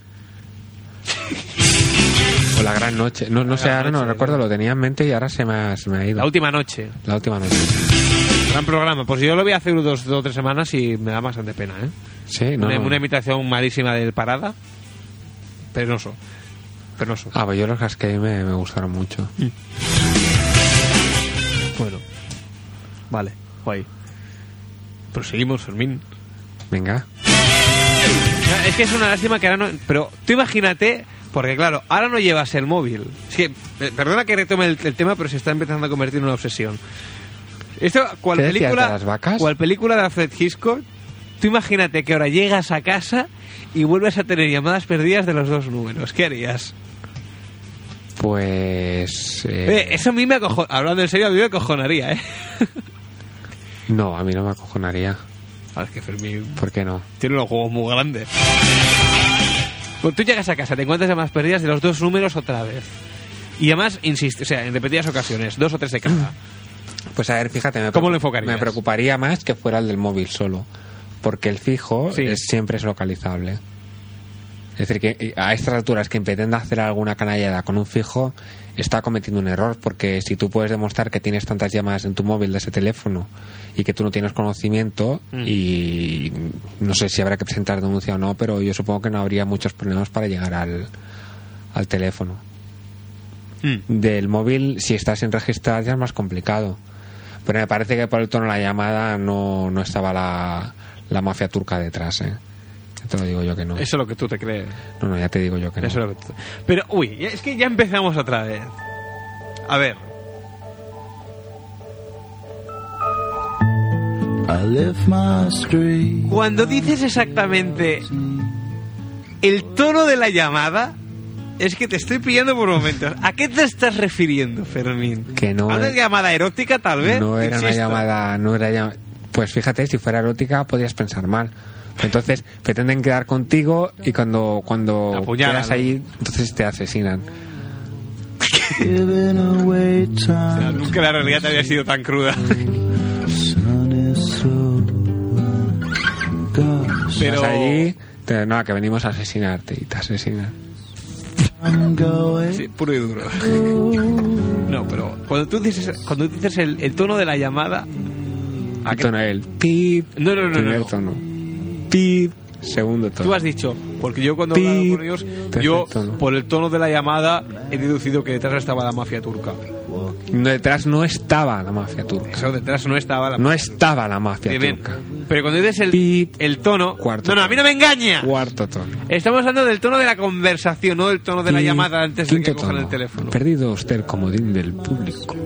O la gran noche. No, no sé, gran ahora no noche, recuerdo, lo tenía en mente y ahora se me ha, se me ha ido. La última noche. La última noche. Gran programa. Pues yo lo vi hace dos dos o tres semanas y me da bastante pena, ¿eh? Sí, no. Una, una imitación malísima del Parada. Penoso. Penoso. Ah, pues yo los casqué y me, me gustaron mucho. Bueno. Vale. Guay. Proseguimos, Fermín. Venga. Ya, Es que es una lástima que ahora no... Pero tú imagínate... Porque claro, ahora no llevas el móvil. Es que, eh, perdona que retome el, el tema, pero se está empezando a convertir en una obsesión. Esto, cual ¿Qué decías película, de las vacas? cual película de Alfred Hitchcock, tú imagínate que ahora llegas a casa y vuelves a tener llamadas perdidas de los dos números. ¿Qué harías? Pues... eh, Eh, eso a mí me acojonaría. Hablando en serio, a mí me acojonaría, ¿eh? No, a mí no me acojonaría. Ah, es que Fermín ¿Por qué no? tiene los juegos muy grandes. Pues tú llegas a casa, te encuentras llamadas perdidas de los dos números otra vez. Y además, insiste, o sea, en repetidas ocasiones, dos o tres de cada. Pues a ver, fíjate, me, ¿Cómo preocup- lo enfocarías? me preocuparía más que fuera el del móvil solo, porque el fijo Sí. es- siempre es localizable. Es decir, que eh, a estas alturas quien pretenda hacer alguna canallada con un fijo está cometiendo un error, porque si tú puedes demostrar que tienes tantas llamadas en tu móvil de ese teléfono y que tú no tienes conocimiento, Mm. y no sé si habrá que presentar denuncia o no, pero yo supongo que no habría muchos problemas para llegar al, al teléfono. Mm. Del móvil, si estás sin registrar, ya es más complicado. Pero me parece que por el tono de la llamada no, no estaba la, la mafia turca detrás, ¿eh? Ya te lo digo yo que no. Eso es lo que tú te crees. No, no, ya te digo yo que no. Eso es lo que tú- Pero, uy, ya- es que ya empezamos otra vez. A ver, I left my street. cuando dices exactamente el tono de la llamada, es que te estoy pillando por momentos. ¿A qué te estás refiriendo, Fermín? Que no ¿A una es- llamada erótica, tal vez? No era una Insisto. llamada, no era llama- Pues fíjate, si fuera erótica podrías pensar mal. Entonces pretenden quedar contigo y cuando cuando Te apuñalan, quedas ¿no? ahí, entonces te asesinan. Giving away time. Nunca la realidad había sido tan cruda. Sun is so gosh, Pero Estás allí, te- no, que venimos a asesinarte y te asesinan. I'm going. Sí, puro y duro. No, pero cuando tú dices, cuando dices el, el tono de la llamada... ¿a El qué- tono el pip, No, no, no, no, primer no. tono. Pip, segundo tono. Tú has dicho, porque yo cuando he hablado Pip. con ellos, Perfecto, yo ¿no? por el tono de la llamada he deducido que detrás estaba la mafia turca. No, Detrás no estaba la mafia turca. Eso detrás no estaba la No estaba la mafia Bien, bien. turca. Pero cuando dices el, Pip. el tono... Cuarto no, no, a mí no me engaña. Cuarto tono. Estamos hablando del tono de la conversación, no del tono de la Pip, llamada antes de que quinto cojan el tono. teléfono. Ha Perdido usted el comodín del público.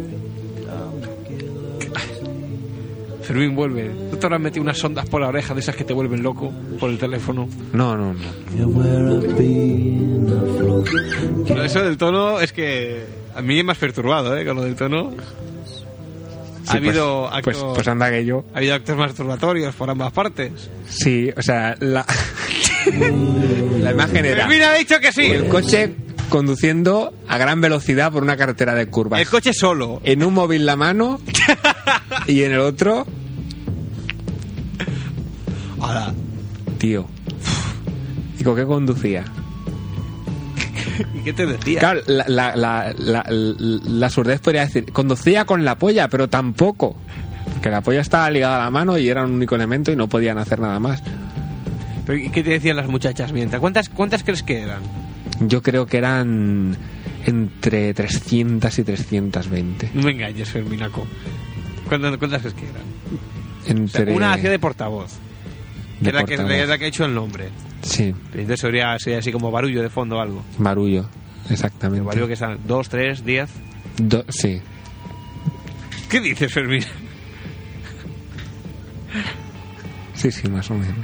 Fermín vuelve. ¿No te habrás metido unas sondas por la oreja de esas que te vuelven loco por el teléfono? No, no, no. You wear a bean of float. Pero eso del tono es que a mí me has perturbado, ¿eh? Con lo del tono. ha, Sí, habido pues, actos, pues, pues anda que yo. ha habido actos masturbatorios por ambas partes. Sí, o sea, la, la imagen era Fermín ha dicho que sí. el coche conduciendo a gran velocidad por una carretera de curvas. El coche solo. en un móvil la mano y en el otro, Ahora, tío. ¿Y con qué conducía? ¿y qué te decía? Claro, la, la, la, la, la surdez podría decir, conducía con la polla, pero tampoco. Que la polla estaba ligada a la mano y era un único elemento y no podían hacer nada más. Pero, ¿Y qué te decían las muchachas mientras? ¿Cuántas, ¿Cuántas crees que eran? Yo creo que eran entre 300 y 320. No me engañes, Ferminaco. ¿Cuántas, cuántas crees que eran? O sea, Entre... Una hacía de portavoz. de que era la que, portavoz. es la que ha hecho el nombre. Sí, Entonces sería, sería así como barullo de fondo o algo. barullo, El exactamente. barullo que están dos, tres, diez. Do- sí, ¿Qué dices, Fermín? sí, sí, más o menos.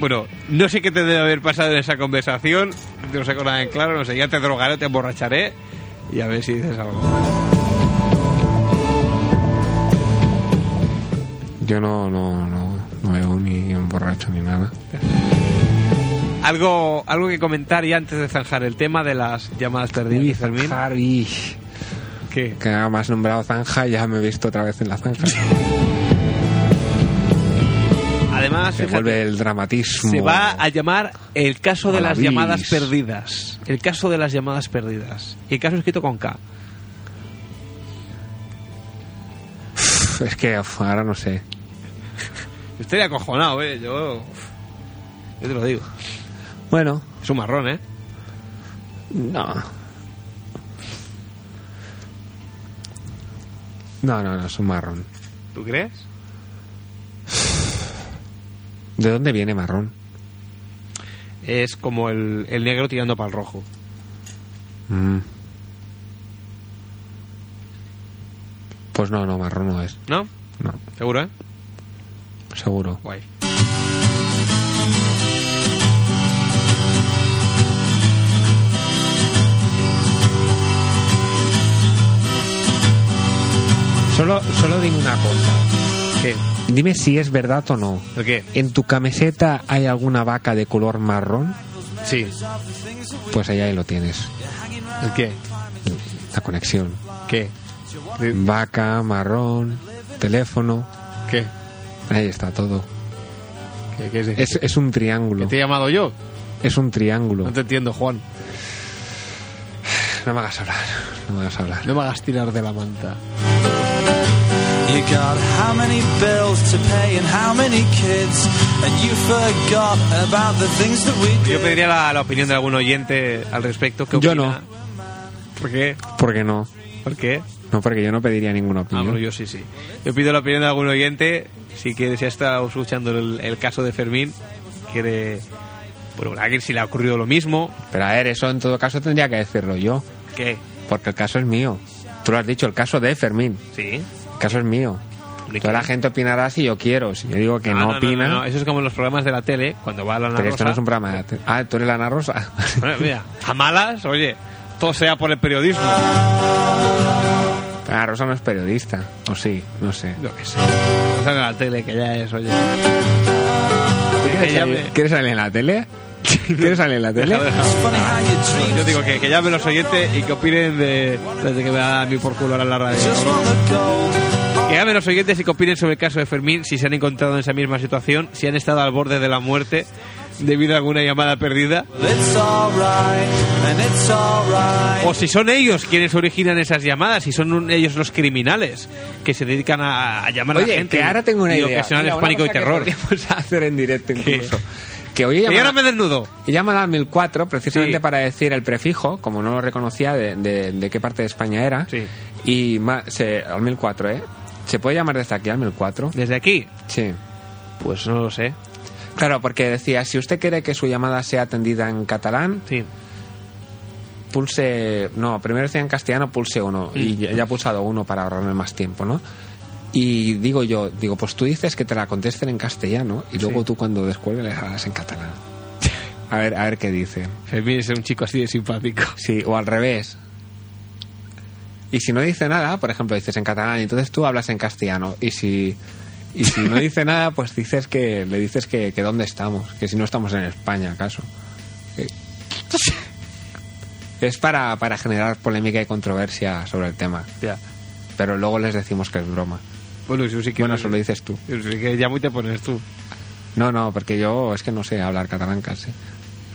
Bueno, no sé qué te debe haber pasado en esa conversación. No sé con nada en claro, no sé. Ya te drogaré, te emborracharé y a ver si dices algo. Yo no, no, no, no veo ni un borracho ni nada. Algo, algo que comentar ya antes de zanjar el tema de las llamadas perdidas. de Fermín. Harry. ¿Qué? Que nada más nombrado zanja, ya me he visto otra vez en la zanja. además, Se fíjate, vuelve el dramatismo. se va a llamar el caso de A la las llamadas bilis. perdidas. El caso de las llamadas perdidas. Y el caso escrito con K. Pf, Es que uf, ahora no sé. Estoy acojonado, eh. Yo. Yo te lo digo. Bueno, Es un marrón, eh. no. No, no, no, es un marrón. ¿Tú crees? ¿De dónde viene marrón? Es como el, el negro tirando para el rojo. Mm. Pues no, no, marrón no es. ¿No? No, ¿Seguro, eh? seguro. Guay. Solo, solo dime una cosa. ¿Qué? Dime si es verdad o no. ¿El qué? ¿En tu camiseta hay alguna vaca de color marrón? Sí. Pues allá ahí lo tienes. ¿El qué? La conexión. ¿Qué? Vaca, marrón, teléfono. ¿Qué? Ahí está todo. ¿Qué, qué es eso? Es, es un ¿Que triángulo. te he llamado yo? Es un triángulo. No te entiendo, Juan. No me hagas hablar. No me hagas hablar. No me hagas tirar de la manta. You got how many bills to pay and how many kids, and you forgot about the things that we Yo did. pediría la, la opinión de algún oyente al respecto. ¿Qué Yo opina? no. ¿Por qué? ¿Por qué no? ¿Por qué? No, porque yo no pediría ninguna Ah, bueno, opinión. yo sí, sí. Yo pido la opinión de algún oyente, si que si ha estado escuchando el, el caso de Fermín, que de... Bueno, a alguien si le ha ocurrido lo mismo, Pero a ver, eso en todo caso tendría que decirlo yo. que... Porque el caso es mío. Tú lo has dicho, el caso de Fermín. Sí. El caso es mío. ¿De Toda qué? la gente opinará si yo quiero. Si yo digo que Ah, no, opina. no, Eso es como en los programas de la tele, cuando va la Ana Pero esto Rosa. no es un programa de la tele. Ah, tú eres la Ana Rosa. Bueno, mira, a malas, oye, todo sea por el periodismo. Ana Rosa no es periodista. O sí, no sé. Yo qué sé. Pasa en la tele, que ya es, oye. Que ¿Quieres llame- salir, quieres salir en la tele? ¿Quieres salir en la tele? Deja, deja. It's funny how you dream. Yo digo que, que llamen los oyentes y que opinen de, desde que me da a mí por culo ahora en la radio. Just cabrón. want the gold. Que llamen los oyentes y que opinen sobre el caso de Fermín, si se han encontrado en esa misma situación, si han estado al borde de la muerte debido a alguna llamada perdida, It's alright, and it's alright. o si son ellos quienes originan esas llamadas, si son un- ellos los criminales que se dedican a, a llamar a la Oye, gente que ahora tengo una y idea. ocasionarles Mira, una pánico y cosa que terror. podríamos hacer en directo ¿Qué? incluso. Que hoy he Y ahora llamado- me desnudo. he llamado al 1004 precisamente Sí. para decir el prefijo, como no lo reconocía de, de- de qué parte de España era. Sí. Y ma- se, al 1004, ¿eh? ¿Se puede llamar desde aquí al 1004? Desde aquí, Sí. pues no lo sé. Claro, porque decía, si usted quiere que su llamada sea atendida en catalán, Sí. pulse. No, primero decía en castellano, pulse uno. Y ya, ya he pulsado uno para ahorrarme más tiempo, ¿no? Y digo yo, digo, pues tú dices que te la contesten en castellano y luego tú cuando descuelgues le hablas en catalán. A ver, a ver qué dice. Fermín es un chico así de simpático. Sí, o al revés. Y si no dice nada, por ejemplo, dices en catalán, entonces tú hablas en castellano. Y si, y si no dice nada, pues dices que le dices que, que dónde estamos, que si no estamos en España, acaso. Eh, Es para, para generar polémica y controversia sobre el tema. Ya. Pero luego les decimos que es broma. Bueno, yo sí que... Bueno, eso lo dices tú. yo sí que llamo y te pones tú. No, no, porque yo es que no sé hablar catalán casi.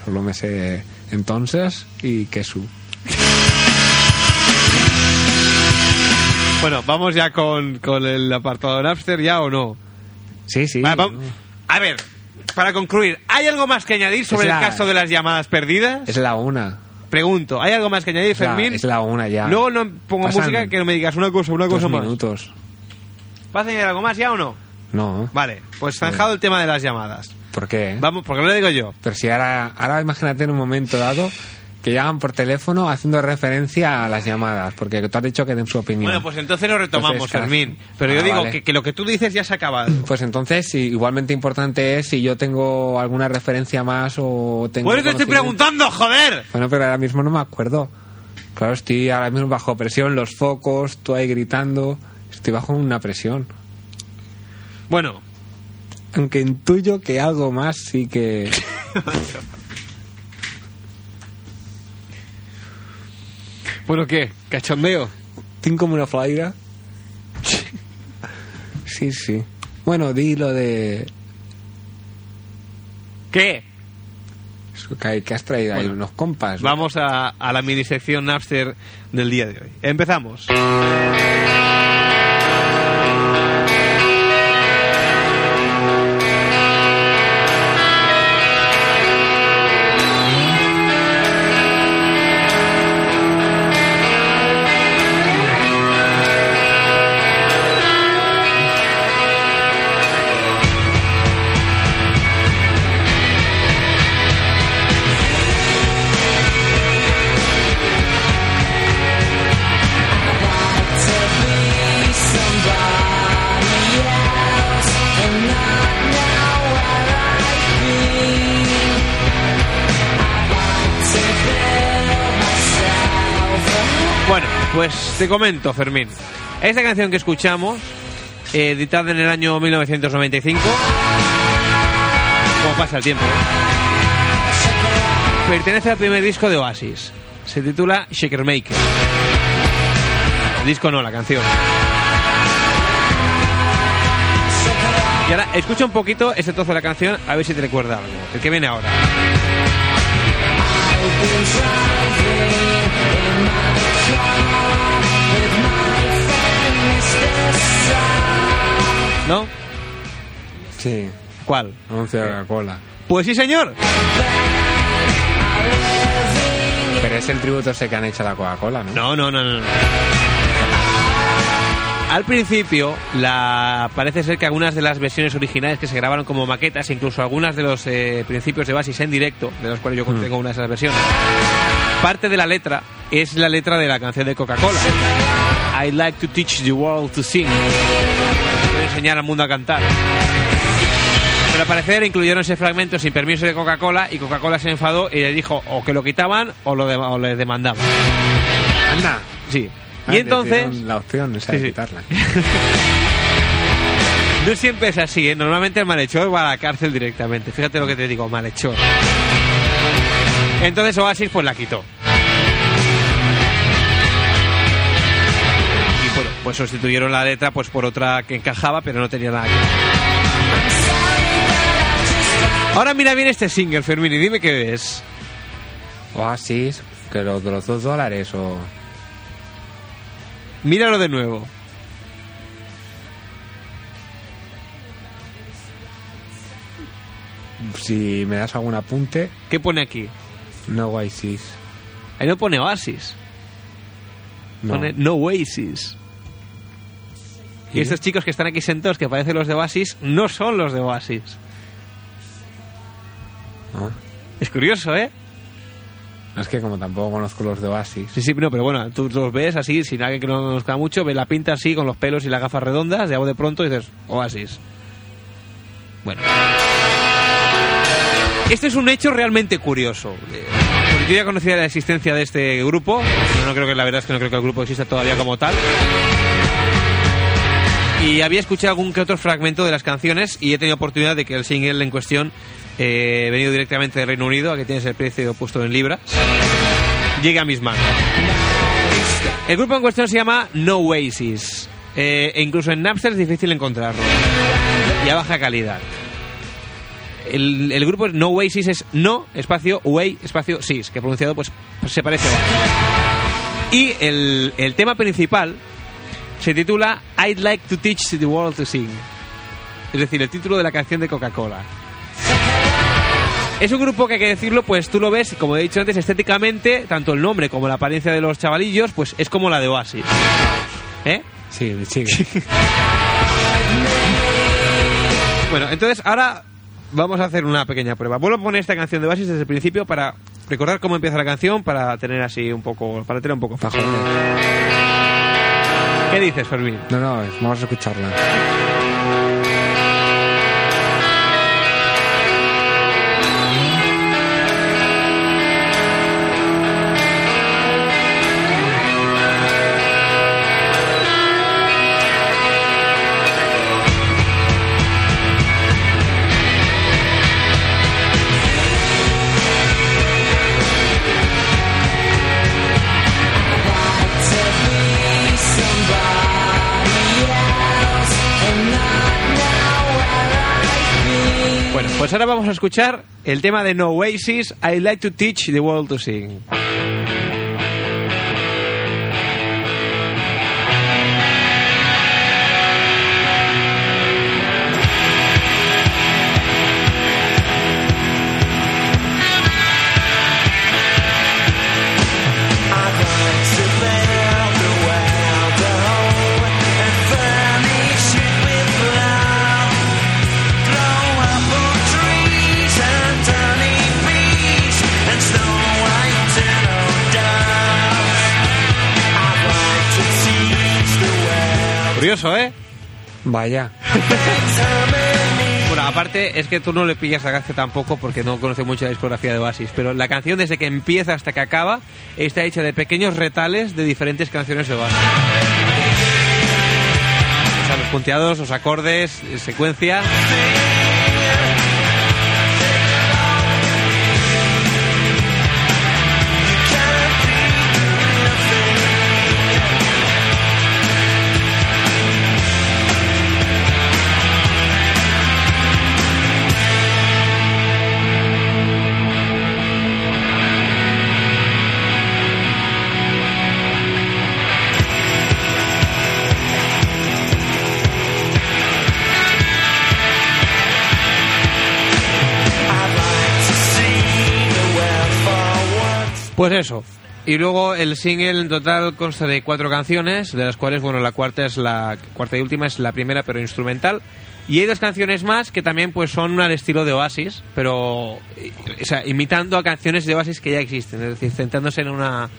Solo me sé entonces y que su. Bueno, vamos ya con, con el apartado de Napster, ¿ya o no? Sí, sí. Vale, vam- A ver, para concluir, ¿hay algo más que añadir sobre Es el la- caso de las llamadas perdidas? Es la una. Pregunto, ¿hay algo más que añadir, Es la- Fermín? es la una ya. Luego no pongo Pasan música que no me digas una cosa, una Dos cosa más. minutos. ¿Vas a añadir algo más ya o no? No. Vale, pues zanjado el tema de las llamadas. ¿Por qué? Vamos, porque lo digo yo. Pero si ahora, ahora imagínate en un momento dado que llaman por teléfono haciendo referencia a las llamadas, porque tú has dicho que den su opinión. Bueno, pues entonces lo retomamos, Entonces, Fermín. Pero yo ah, digo vale. que, que lo que tú dices ya se ha acabado. Pues entonces, sí, igualmente importante es si yo tengo alguna referencia más o tengo. Bueno, te estoy conocimiento- preguntando, joder. Bueno, pero ahora mismo no me acuerdo. Claro, estoy ahora mismo bajo presión, los focos, tú ahí gritando. Estoy bajo una presión. Bueno, Aunque intuyo que algo más sí que. bueno, ¿qué? ¿Cachondeo? Tengo como una flaira. Sí, sí. Bueno, di lo de ¿Qué? Que, que has traído ahí unos compas. ¿no? Vamos a, a la minisección Napster del día de hoy. Empezamos. Bueno, pues te comento, Fermín. Esta canción que escuchamos, eh, editada en el año 1995, como pasa el tiempo, ¿eh? pertenece al primer disco de Oasis. Se titula Shaker Maker. El disco no, la canción. Y ahora escucha un poquito este trozo de la canción, a ver si te recuerda algo. El que viene ahora. ¿No? Sí, ¿Cuál? 11 a la cola. Pues sí, señor. Pero es el tributo ese que han hecho a la Coca-Cola, ¿no? No, no, no, no. no. Al principio, la, parece ser que algunas de las versiones originales que se grabaron como maquetas, incluso algunas de los eh, principios de Basis en directo, de los cuales yo contengo una de esas versiones, parte de la letra es la letra de la canción de Coca-Cola. I like to teach the world to sing. Quiero enseñar al mundo a cantar. Pero al parecer incluyeron ese fragmento sin permiso de Coca-Cola y Coca-Cola se enfadó y le dijo o que lo quitaban o lo de- o le demandaban. Anda. Sí. Ah, Y te entonces... dieron La opción esa de Sí, sí. quitarla. No siempre es así, ¿eh? Normalmente el malhechor va a la cárcel directamente. Fíjate lo que te digo, malhechor. Entonces Oasis pues la quitó. Y bueno, pues sustituyeron la letra pues por otra que encajaba, pero no tenía nada que ver. Ahora mira bien este single, Fermín, y dime qué es. Oasis, que los de los dos dólares o... Míralo de nuevo. Si me das algún apunte, ¿Qué pone aquí? no Oasis. Ahí no pone Oasis, No. pone No Oasis. Y ¿Y? estos chicos que están aquí sentados, que parecen los de Oasis, no son los de Oasis. Ah. Es curioso, ¿eh? Es que como tampoco conozco los de Oasis. Sí, sí, no, pero bueno, tú los ves así, sin alguien que no conozca mucho, ves la pinta así, con los pelos y las gafas redondas, de de pronto y dices, Oasis. Bueno. Este es un hecho realmente curioso. eh, Porque yo ya conocía la existencia de este grupo. No, no creo que la verdad es que no creo que el grupo exista todavía como tal. Y había escuchado algún que otro fragmento de las canciones y he tenido oportunidad de que el single en cuestión, eh, venido directamente del Reino Unido, a que tienes el precio puesto en libras, llegue a mis manos. El grupo en cuestión se llama No Oasis. Eh, e incluso en Napster es difícil encontrarlo. Y a baja calidad. El, el grupo es No Oasis es No, espacio, Way, espacio, Sis, que pronunciado pues se parece. bastante. Y el, el tema principal se titula I'd Like to Teach the World to Sing. Es decir, el título de la canción de Coca-Cola. Es un grupo que hay que decirlo, pues tú lo ves, como he dicho antes, estéticamente, tanto el nombre como la apariencia de los chavalillos, pues es como la de Oasis. ¿Eh? Sí, sigue. Bueno, entonces ahora vamos a hacer una pequeña prueba. Vuelvo a poner esta canción de Oasis desde el principio para recordar cómo empieza la canción, para tener así un poco, para tener un poco. Fajones. ¿Qué dices, Fermín? No, no, es- vamos a escucharla. Somebody else and Pues ahora vamos a escuchar el tema de No Oasis, I Like to Teach the World to Sing. Curioso, ¿eh? Vaya. Bueno, aparte es que tú no le pillas la gracia tampoco porque no conoce mucho la discografía de Oasis, pero la canción desde que empieza hasta que acaba está hecha de pequeños retales de diferentes canciones de Oasis. O sea, los punteados, los acordes, eh, secuencia. Pues eso. Y luego el single en total consta de cuatro canciones, de las cuales, bueno, la cuarta es la cuarta y última es la primera, pero instrumental. Y hay dos canciones más que también pues son al estilo de Oasis, pero o sea, imitando a canciones de Oasis que ya existen, es decir, centrándose en una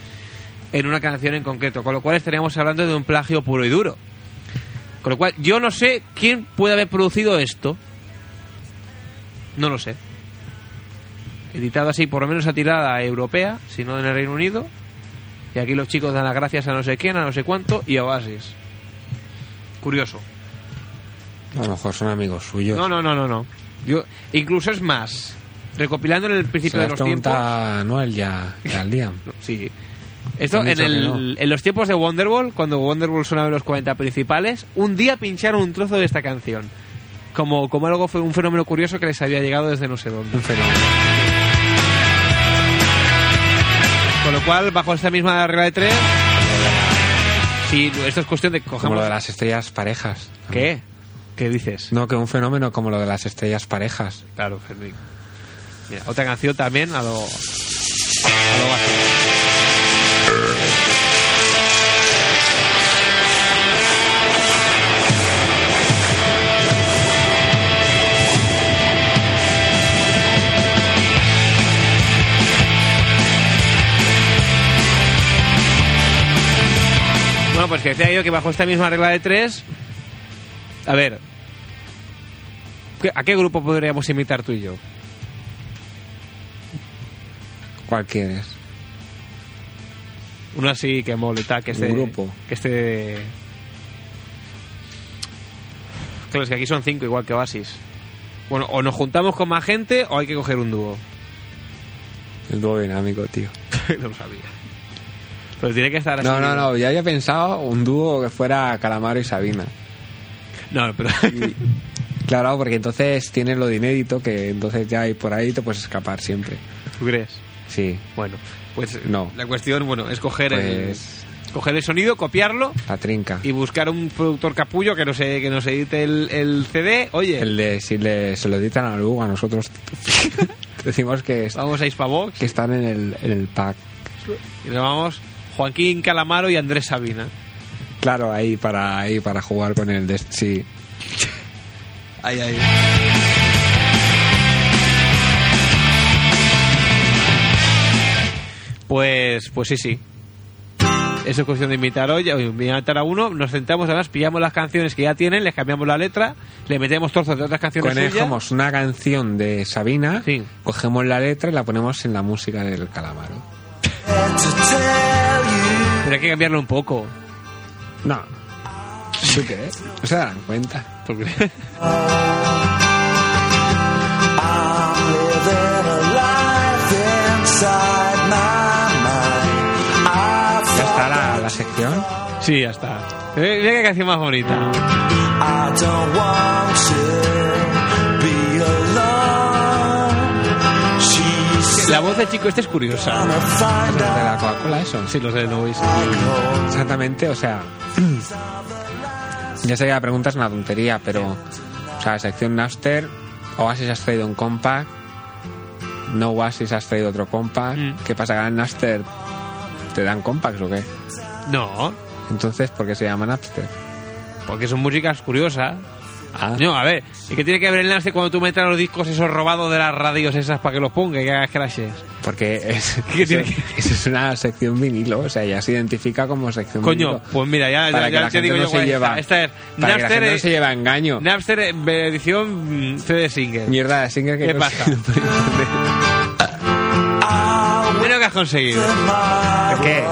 en una canción en concreto, con lo cual estaríamos hablando de un plagio puro y duro. Con lo cual yo no sé quién puede haber producido esto. No lo sé editado así, por lo menos a tirada europea, si no en el Reino Unido. Y aquí los chicos dan las gracias a no sé quién, a no sé cuánto y a Oasis. Curioso. A lo mejor son amigos suyos. No, no, no, no, no. Yo, incluso es más, recopilando en el Se principio las de los pregunta tiempos. a Noel y a, y al Liam. No, sí. Esto Han en, dicho el- que en los tiempos de Wonderwall, cuando Wonderwall sonaba en los 40 principales, un día pincharon un trozo de esta canción. Como, como algo fue un fenómeno curioso que les había llegado desde no sé dónde. Un fenómeno. Con lo cual, bajo esta misma regla de tres, si esto es cuestión de que Como lo cojamos. de las estrellas parejas. ¿Qué? ¿Qué dices? No, que un fenómeno como lo de las estrellas parejas. Claro, Fermín. Mira, otra canción también a lo. A lo básico. Bueno, pues que decía yo que bajo esta misma regla de tres. A ver, ¿qué- ¿a qué grupo podríamos imitar tú y yo? ¿Cuál quieres? Uno así que mole, tal, que esté. Un grupo. Que este- esté. Claro, es que aquí son cinco, igual que Oasis. Bueno, o nos juntamos con más gente o hay que coger un dúo. El dúo dinámico, tío. no lo sabía. Pero tiene que estar así. No, no, no. Yo había pensado un dúo que fuera Calamaro y Sabina. No, pero. Claro, porque entonces tienes lo de inédito, que entonces ya hay por ahí te puedes escapar siempre. ¿Tú crees? Sí. Bueno, pues. No. La cuestión, bueno, es coger, Pues- el, coger el sonido, copiarlo La trinca. y buscar un productor capullo que nos, e- que nos edite el, el CD. Oye, El de si le, se lo editan a Lugo, a nosotros decimos que, es- vamos a Hispavox. que están en el, en el pack. Y nos vamos Joaquín Calamaro y Andrés Sabina. Claro, ahí para ahí para jugar con el de sí. Ahí, ahí. Pues, pues sí, sí. Eso es cuestión de imitar hoy, o imitar a uno. Nos sentamos, además, pillamos las canciones que ya tienen, les cambiamos la letra, le metemos trozos de otras canciones suyas. Conejamos una canción de Sabina, Sí. cogemos la letra y la ponemos en la música del calamaro. Pero hay que cambiarlo un poco. No. ¿Tú qué? No se darán cuenta. Porque I'm living a life inside my mind. I Ya está thought la, la sección. sí, ya está. Eh, Mira qué canción más bonita. I don't want to be alone La voz del chico este es curiosa. Los de la Coca-Cola, eso. Sí, los de Noise. Exactamente, o sea. ya sé que la pregunta es una tontería, pero. O sea, sección Napster, Oasis has traído un compact, no Oasis has traído otro compact. Mm. ¿Qué pasa? ¿Ganan Napster? ¿Te dan compacts o qué? No, Entonces, ¿por qué se llama Napster? porque son músicas curiosas. Ah, No, a ver, ¿y qué tiene que ver el Napster cuando tú metas los discos esos robados de las radios esas para que los ponga y que hagas crashes? Pues porque es, ¿Qué tiene eso- que- eso es una sección vinilo, o sea, ya se identifica como sección Coño, vinilo. pues mira, ya, para ya- que ya la te gente digo no yo se cuál es esta. lleva, Esta es para que la Napster gente no es- se lleva engaño. Napster eh, edición mm, CD single. Mierda de single que ¿Qué no pasa? sé- no puede entender. Bueno, que has conseguido. ¿Por ¿Qué?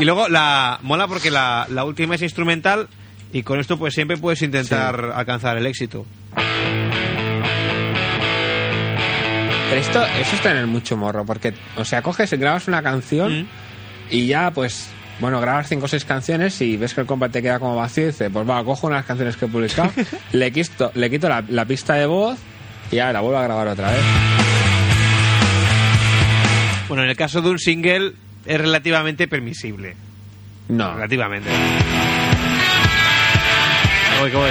Y luego la mola porque la, la última es instrumental y con esto pues siempre puedes intentar alcanzar el éxito. Pero esto, eso es tener mucho morro, porque, o sea, coges y grabas una canción Mm. y ya, pues, bueno, grabas cinco o seis canciones y ves que el compa te queda como vacío y dices, pues va, cojo unas canciones que he publicado, le quito, le quito la, la pista de voz y ahora la vuelvo a grabar otra vez. Bueno, en el caso de un single es relativamente permisible. No, Relativamente. Voy, que voy.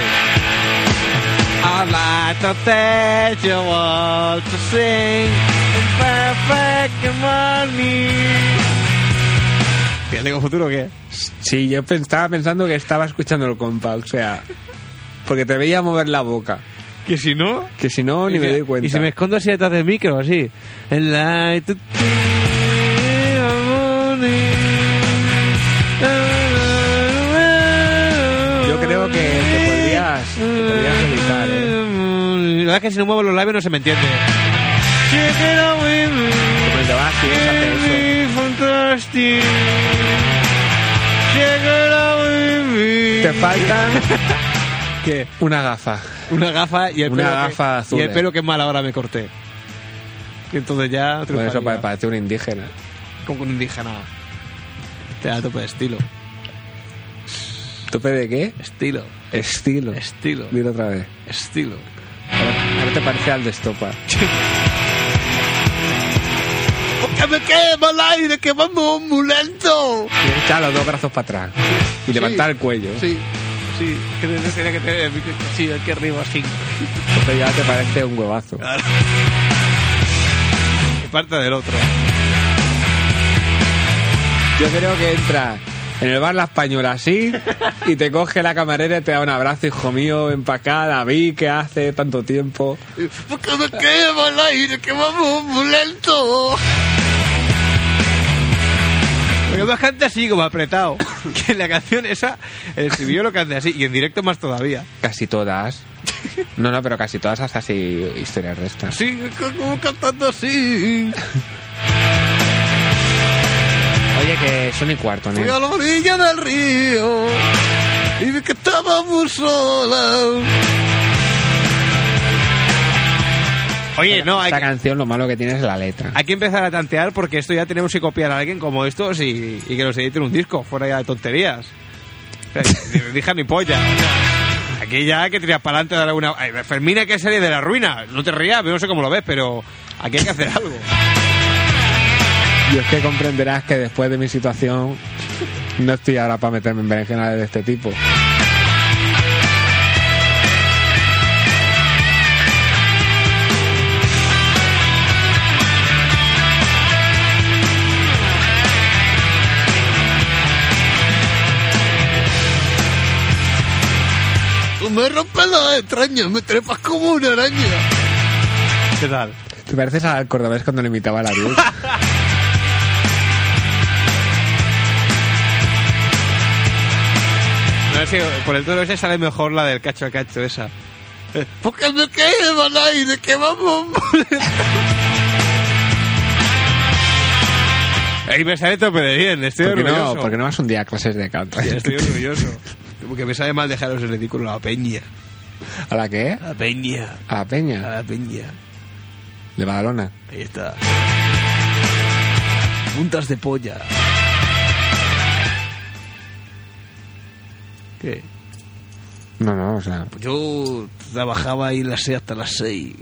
I'd like to take you all to sing in perfect harmony. ¿Tiene tengo futuro o qué? sí, yo pen- estaba pensando que estaba escuchando el compa, o sea, porque te veía mover la boca, Que si no, que si no, ni Y me si- doy cuenta. Y si me escondo así detrás del micro, así. En la- Yo Yo creo que te podrías- te podrías ¿eh? editar, La verdad es que si no muevo los labios no se me entiende. pues Como el de Bach, tienes que hacer eso. Te faltan ¿Qué? una gafa. Una gafa y el Una pelo. que- gafa azul, Y el eh. pelo que mal ahora me corté. Y entonces ya. Con eso triunfaría. pa- parece un indígena. Como un indígena. Te da tope de estilo. ¿Tope de qué? Estilo. Estilo. Estilo. Dilo otra vez. Estilo. Ahora, ahora te parece al de estopa. ¡Que me quema el aire! ¡Que vamos muy lento! Tienes que echar los dos brazos para atrás. Y levantar el cuello. Sí. Sí. Que te- sería que te. Sí, aquí arriba, así. Entonces ya te parece un huevazo. Y parte del otro. Yo creo que entra en el bar la española así y te coge la camarera y te da un abrazo, hijo mío, ven pa' acá, David, ¿qué hace tanto tiempo? ¡Porque me quema el aire! ¡Que vamos muy lento! Porque más canta así como apretado. Que la canción esa, el estribillo lo canta así. Y en directo más todavía. Casi todas. No, no, pero casi todas hacen así historias de estas. Sí, como cantando así. Oye, que son y cuarto, ¿no? la orilla del río y vi que estaba muy sola. Oye, no, hay, Esta que- canción lo malo que tiene es la letra. hay que empezar a tantear porque esto ya tenemos que copiar a alguien como estos y, y que nos editen un disco, fuera ya de tonterías. O sea, Ni rija ni polla. o sea, Aquí ya hay que tirar para adelante, dar alguna. Ay, Fermina, hay que salir de la ruina. No te rías, yo no sé cómo lo ves, pero aquí hay que hacer algo. Y es que comprenderás que después de mi situación no estoy ahora para meterme en berenjenas de este tipo. Me rompes los extraños, me trepas como una araña. ¿Qué tal? Te pareces al cordobés cuando le imitaba a la luz. No, es que por el toro ese sale mejor la del cacho a cacho esa. Eh, Porque me quema el aire, que vamos. Ahí me sale tope de bien, estoy ¿Por qué no? orgulloso. ¿Por qué no vas un día a clases de canto? Ya, Estoy orgulloso. Porque me sale mal dejaros el ridículo a la peña. ¿A la qué? A la peña. A la A peña. la peña. De Badalona. Ahí está. Puntas de polla. ¿Qué? No, no, o sea. pues- pues Yo trabajaba ahí las 6 hasta las 6.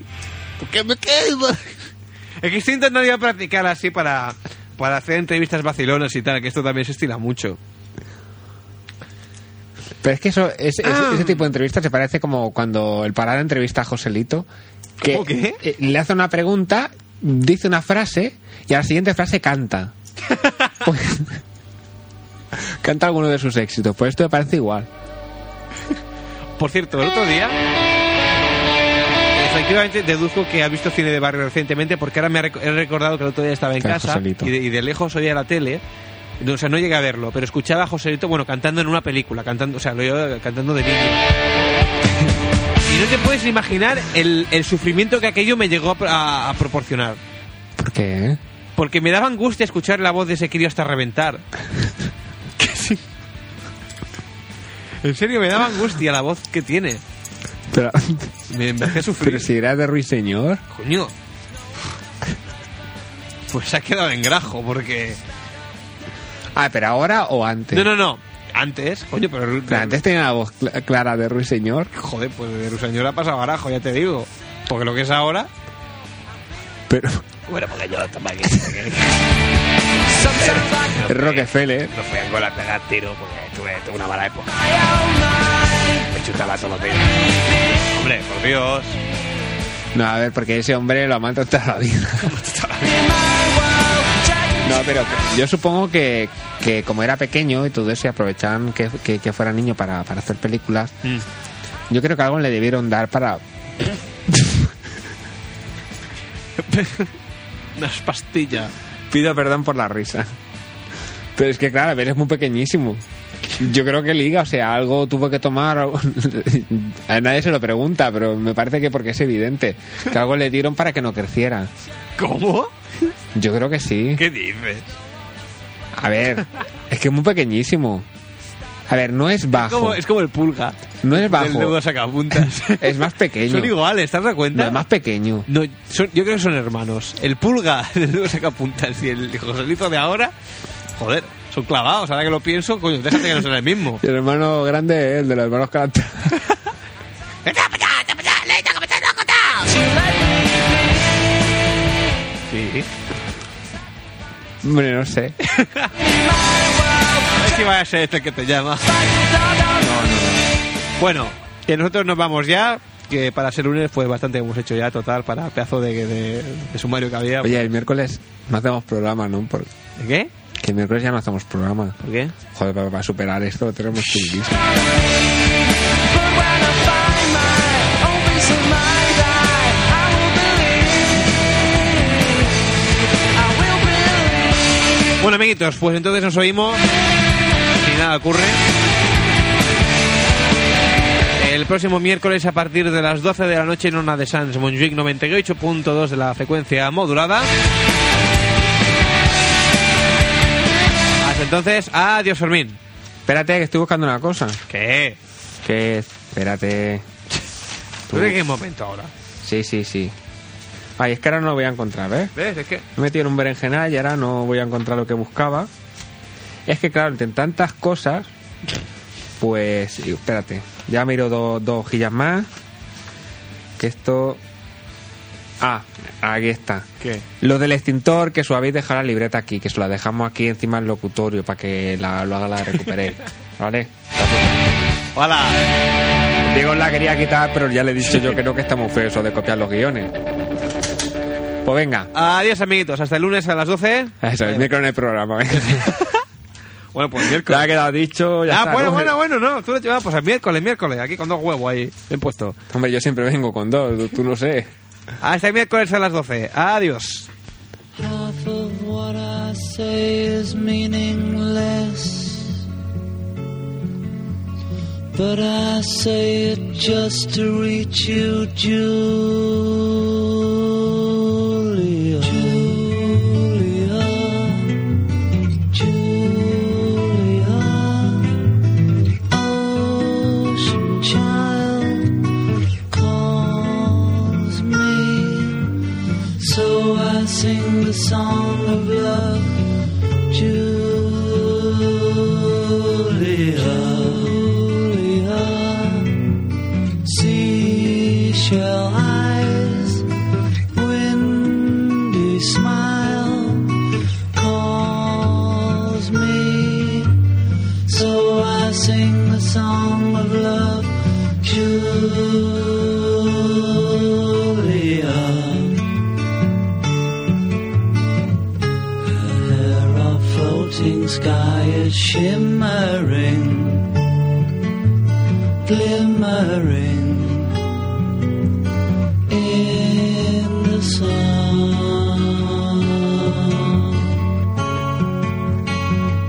Porque me quedo. Es que estoy intentando ya practicar así para, para hacer entrevistas vacilonas y tal, que esto también se estila mucho. Pero es que eso, es- es- Ah. ese tipo de entrevistas se parece como cuando el parada entrevista a Joselito, que ¿Cómo qué? eh, le hace una pregunta, dice una frase y a la siguiente frase canta. Pues- canta alguno de sus éxitos. Pues esto me parece igual. Por cierto, el otro día. Efectivamente, deduzco que ha visto cine de barrio recientemente porque ahora me ha rec- he recordado que el otro día estaba en Claro, casa y Joselito. de, y de lejos oía la tele. No, O sea, no llegué a verlo, pero escuchaba a Joselito, bueno, cantando en una película, cantando, o sea, lo oía cantando de niño. Y no te puedes imaginar el, el sufrimiento que aquello me llegó a pro- a- a proporcionar. ¿Por qué? eh? Porque me daba angustia escuchar la voz de ese crío hasta reventar. En serio, me daba angustia la voz que tiene. Pero, Me, me hacía sufrir. pero si era de Ruiseñor. Coño. Pues se ha quedado en grajo, porque... Ah, pero ahora o antes. No, no, no. Antes, coño, pero... Pero antes tenía la voz cl- clara de Ruiseñor, Joder, pues de Rusañor ha pasado barajo, ya te digo. Porque lo que es ahora... pero Bueno, porque yo estaba aquí. Rockefeller. No fui a Angola a pegar tiro porque tuve, tuve una mala época. Me chutaba todos los días. Hombre, por Dios. No, a ver, porque ese hombre lo ha maltratado la vida. No, pero yo supongo que, que como era pequeño y todo eso, y aprovechaban que, que- que fuera niño para, para hacer películas, yo creo que algo le debieron dar para... Unas pastillas. Pido perdón por la risa. Pero es que, claro, a ver, es muy pequeñísimo. Yo creo que liga, o sea, algo tuvo que tomar. algo- A nadie se lo pregunta, pero me parece que porque es evidente. Que algo le dieron para que no creciera. ¿Cómo? Yo creo que sí. ¿Qué dices? A ver, es que es muy pequeñísimo. A ver, no es Es como, bajo. es como el pulga. No es El bajo. nuevo sacapuntas. Es más pequeño. Son iguales, ¿te has dado No, cuenta? es más pequeño. No, son- yo creo que son hermanos. El pulga del nuevo sacapuntas y el Joselito de ahora, joder, son clavados. Ahora que lo pienso, coño, déjate que no sean el mismo. Y el hermano grande es el de los hermanos Calanta. Sí. Hombre, no sé. Es que vaya a ser este el que te llama. Bueno, que nosotros nos vamos ya. Que para ser lunes, pues bastante hemos hecho ya, total, para pedazo de, de- de sumario que había. Oye, el miércoles no hacemos programa, ¿no? Porque ¿De qué? que el miércoles ya no hacemos programa. ¿Por qué? Joder, para, para superar esto lo tenemos que ir. Bueno, amiguitos, pues entonces nos oímos. Si nada ocurre. El próximo miércoles a partir de las 12 de la noche en una de Sans Montjuic 98.2 de la frecuencia modulada. Hasta entonces, adiós Fermín. Espérate, que estoy buscando una cosa. ¿Qué? Que, espérate. ¿Tú de qué momento ahora? Sí, sí, sí. Ay, es que ahora no lo voy a encontrar, ¿eh? ¿Ves? Es que... Me he metido en un berenjenal y ahora no voy a encontrar lo que buscaba. Es que, claro, entre tantas cosas, pues. y- Espérate, ya miro do- dos hojillas más. Que esto. Ah, aquí está. ¿Qué? Lo del extintor, que os habéis dejado la libreta aquí, que se la dejamos aquí encima del locutorio para que la, lo haga la recuperé. ¿Vale? ¡Hola! Diego la quería quitar, pero ya le he dicho yo que no, que está muy feo eso de copiar los guiones. Pues venga, Adiós amiguitos, hasta el lunes a las 12. eso, el micro en el programa. venga. Bueno, pues miércoles. Ya ha quedado dicho. Ya ah, está, bueno, ¿no? bueno, bueno, no, tú lo llevas pues el miércoles, miércoles, aquí con dos huevos ahí, bien puesto. Hombre, yo siempre vengo con dos, tú- tú no sé. Hasta el miércoles a las 12. Adiós. Half of what I say is meaningless. But I say it just to reach you, Julia. Julia. Julia. Ocean child calls me. So I sing the song of love, Julia. Julia. Glacial eyes, windy smile calls me. So I sing the song of love, Julia. Her hair of floating sky is shimmering glimmering in the sun.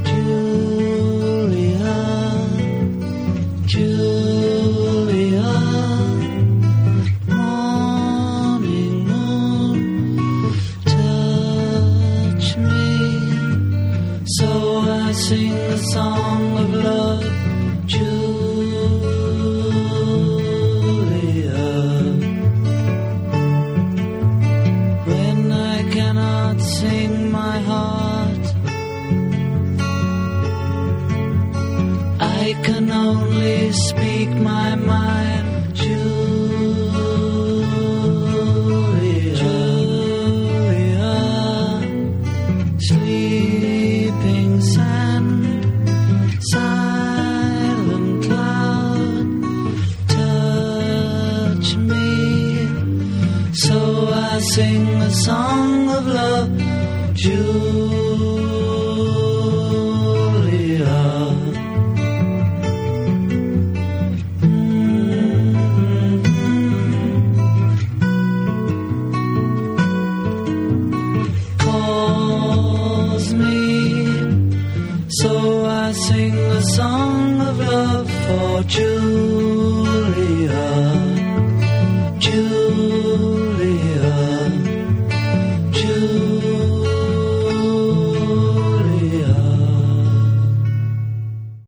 Julia, Julia, morning moon, touch me. So I sing the song of love, Julia. When I cannot sing my heart, I can only speak my mind, Julia. Julia, sleeping sand, silent cloud touch me. So I sing the song of love, Julia. Calls me, so I sing the song of love for Julia. Julia, Julia.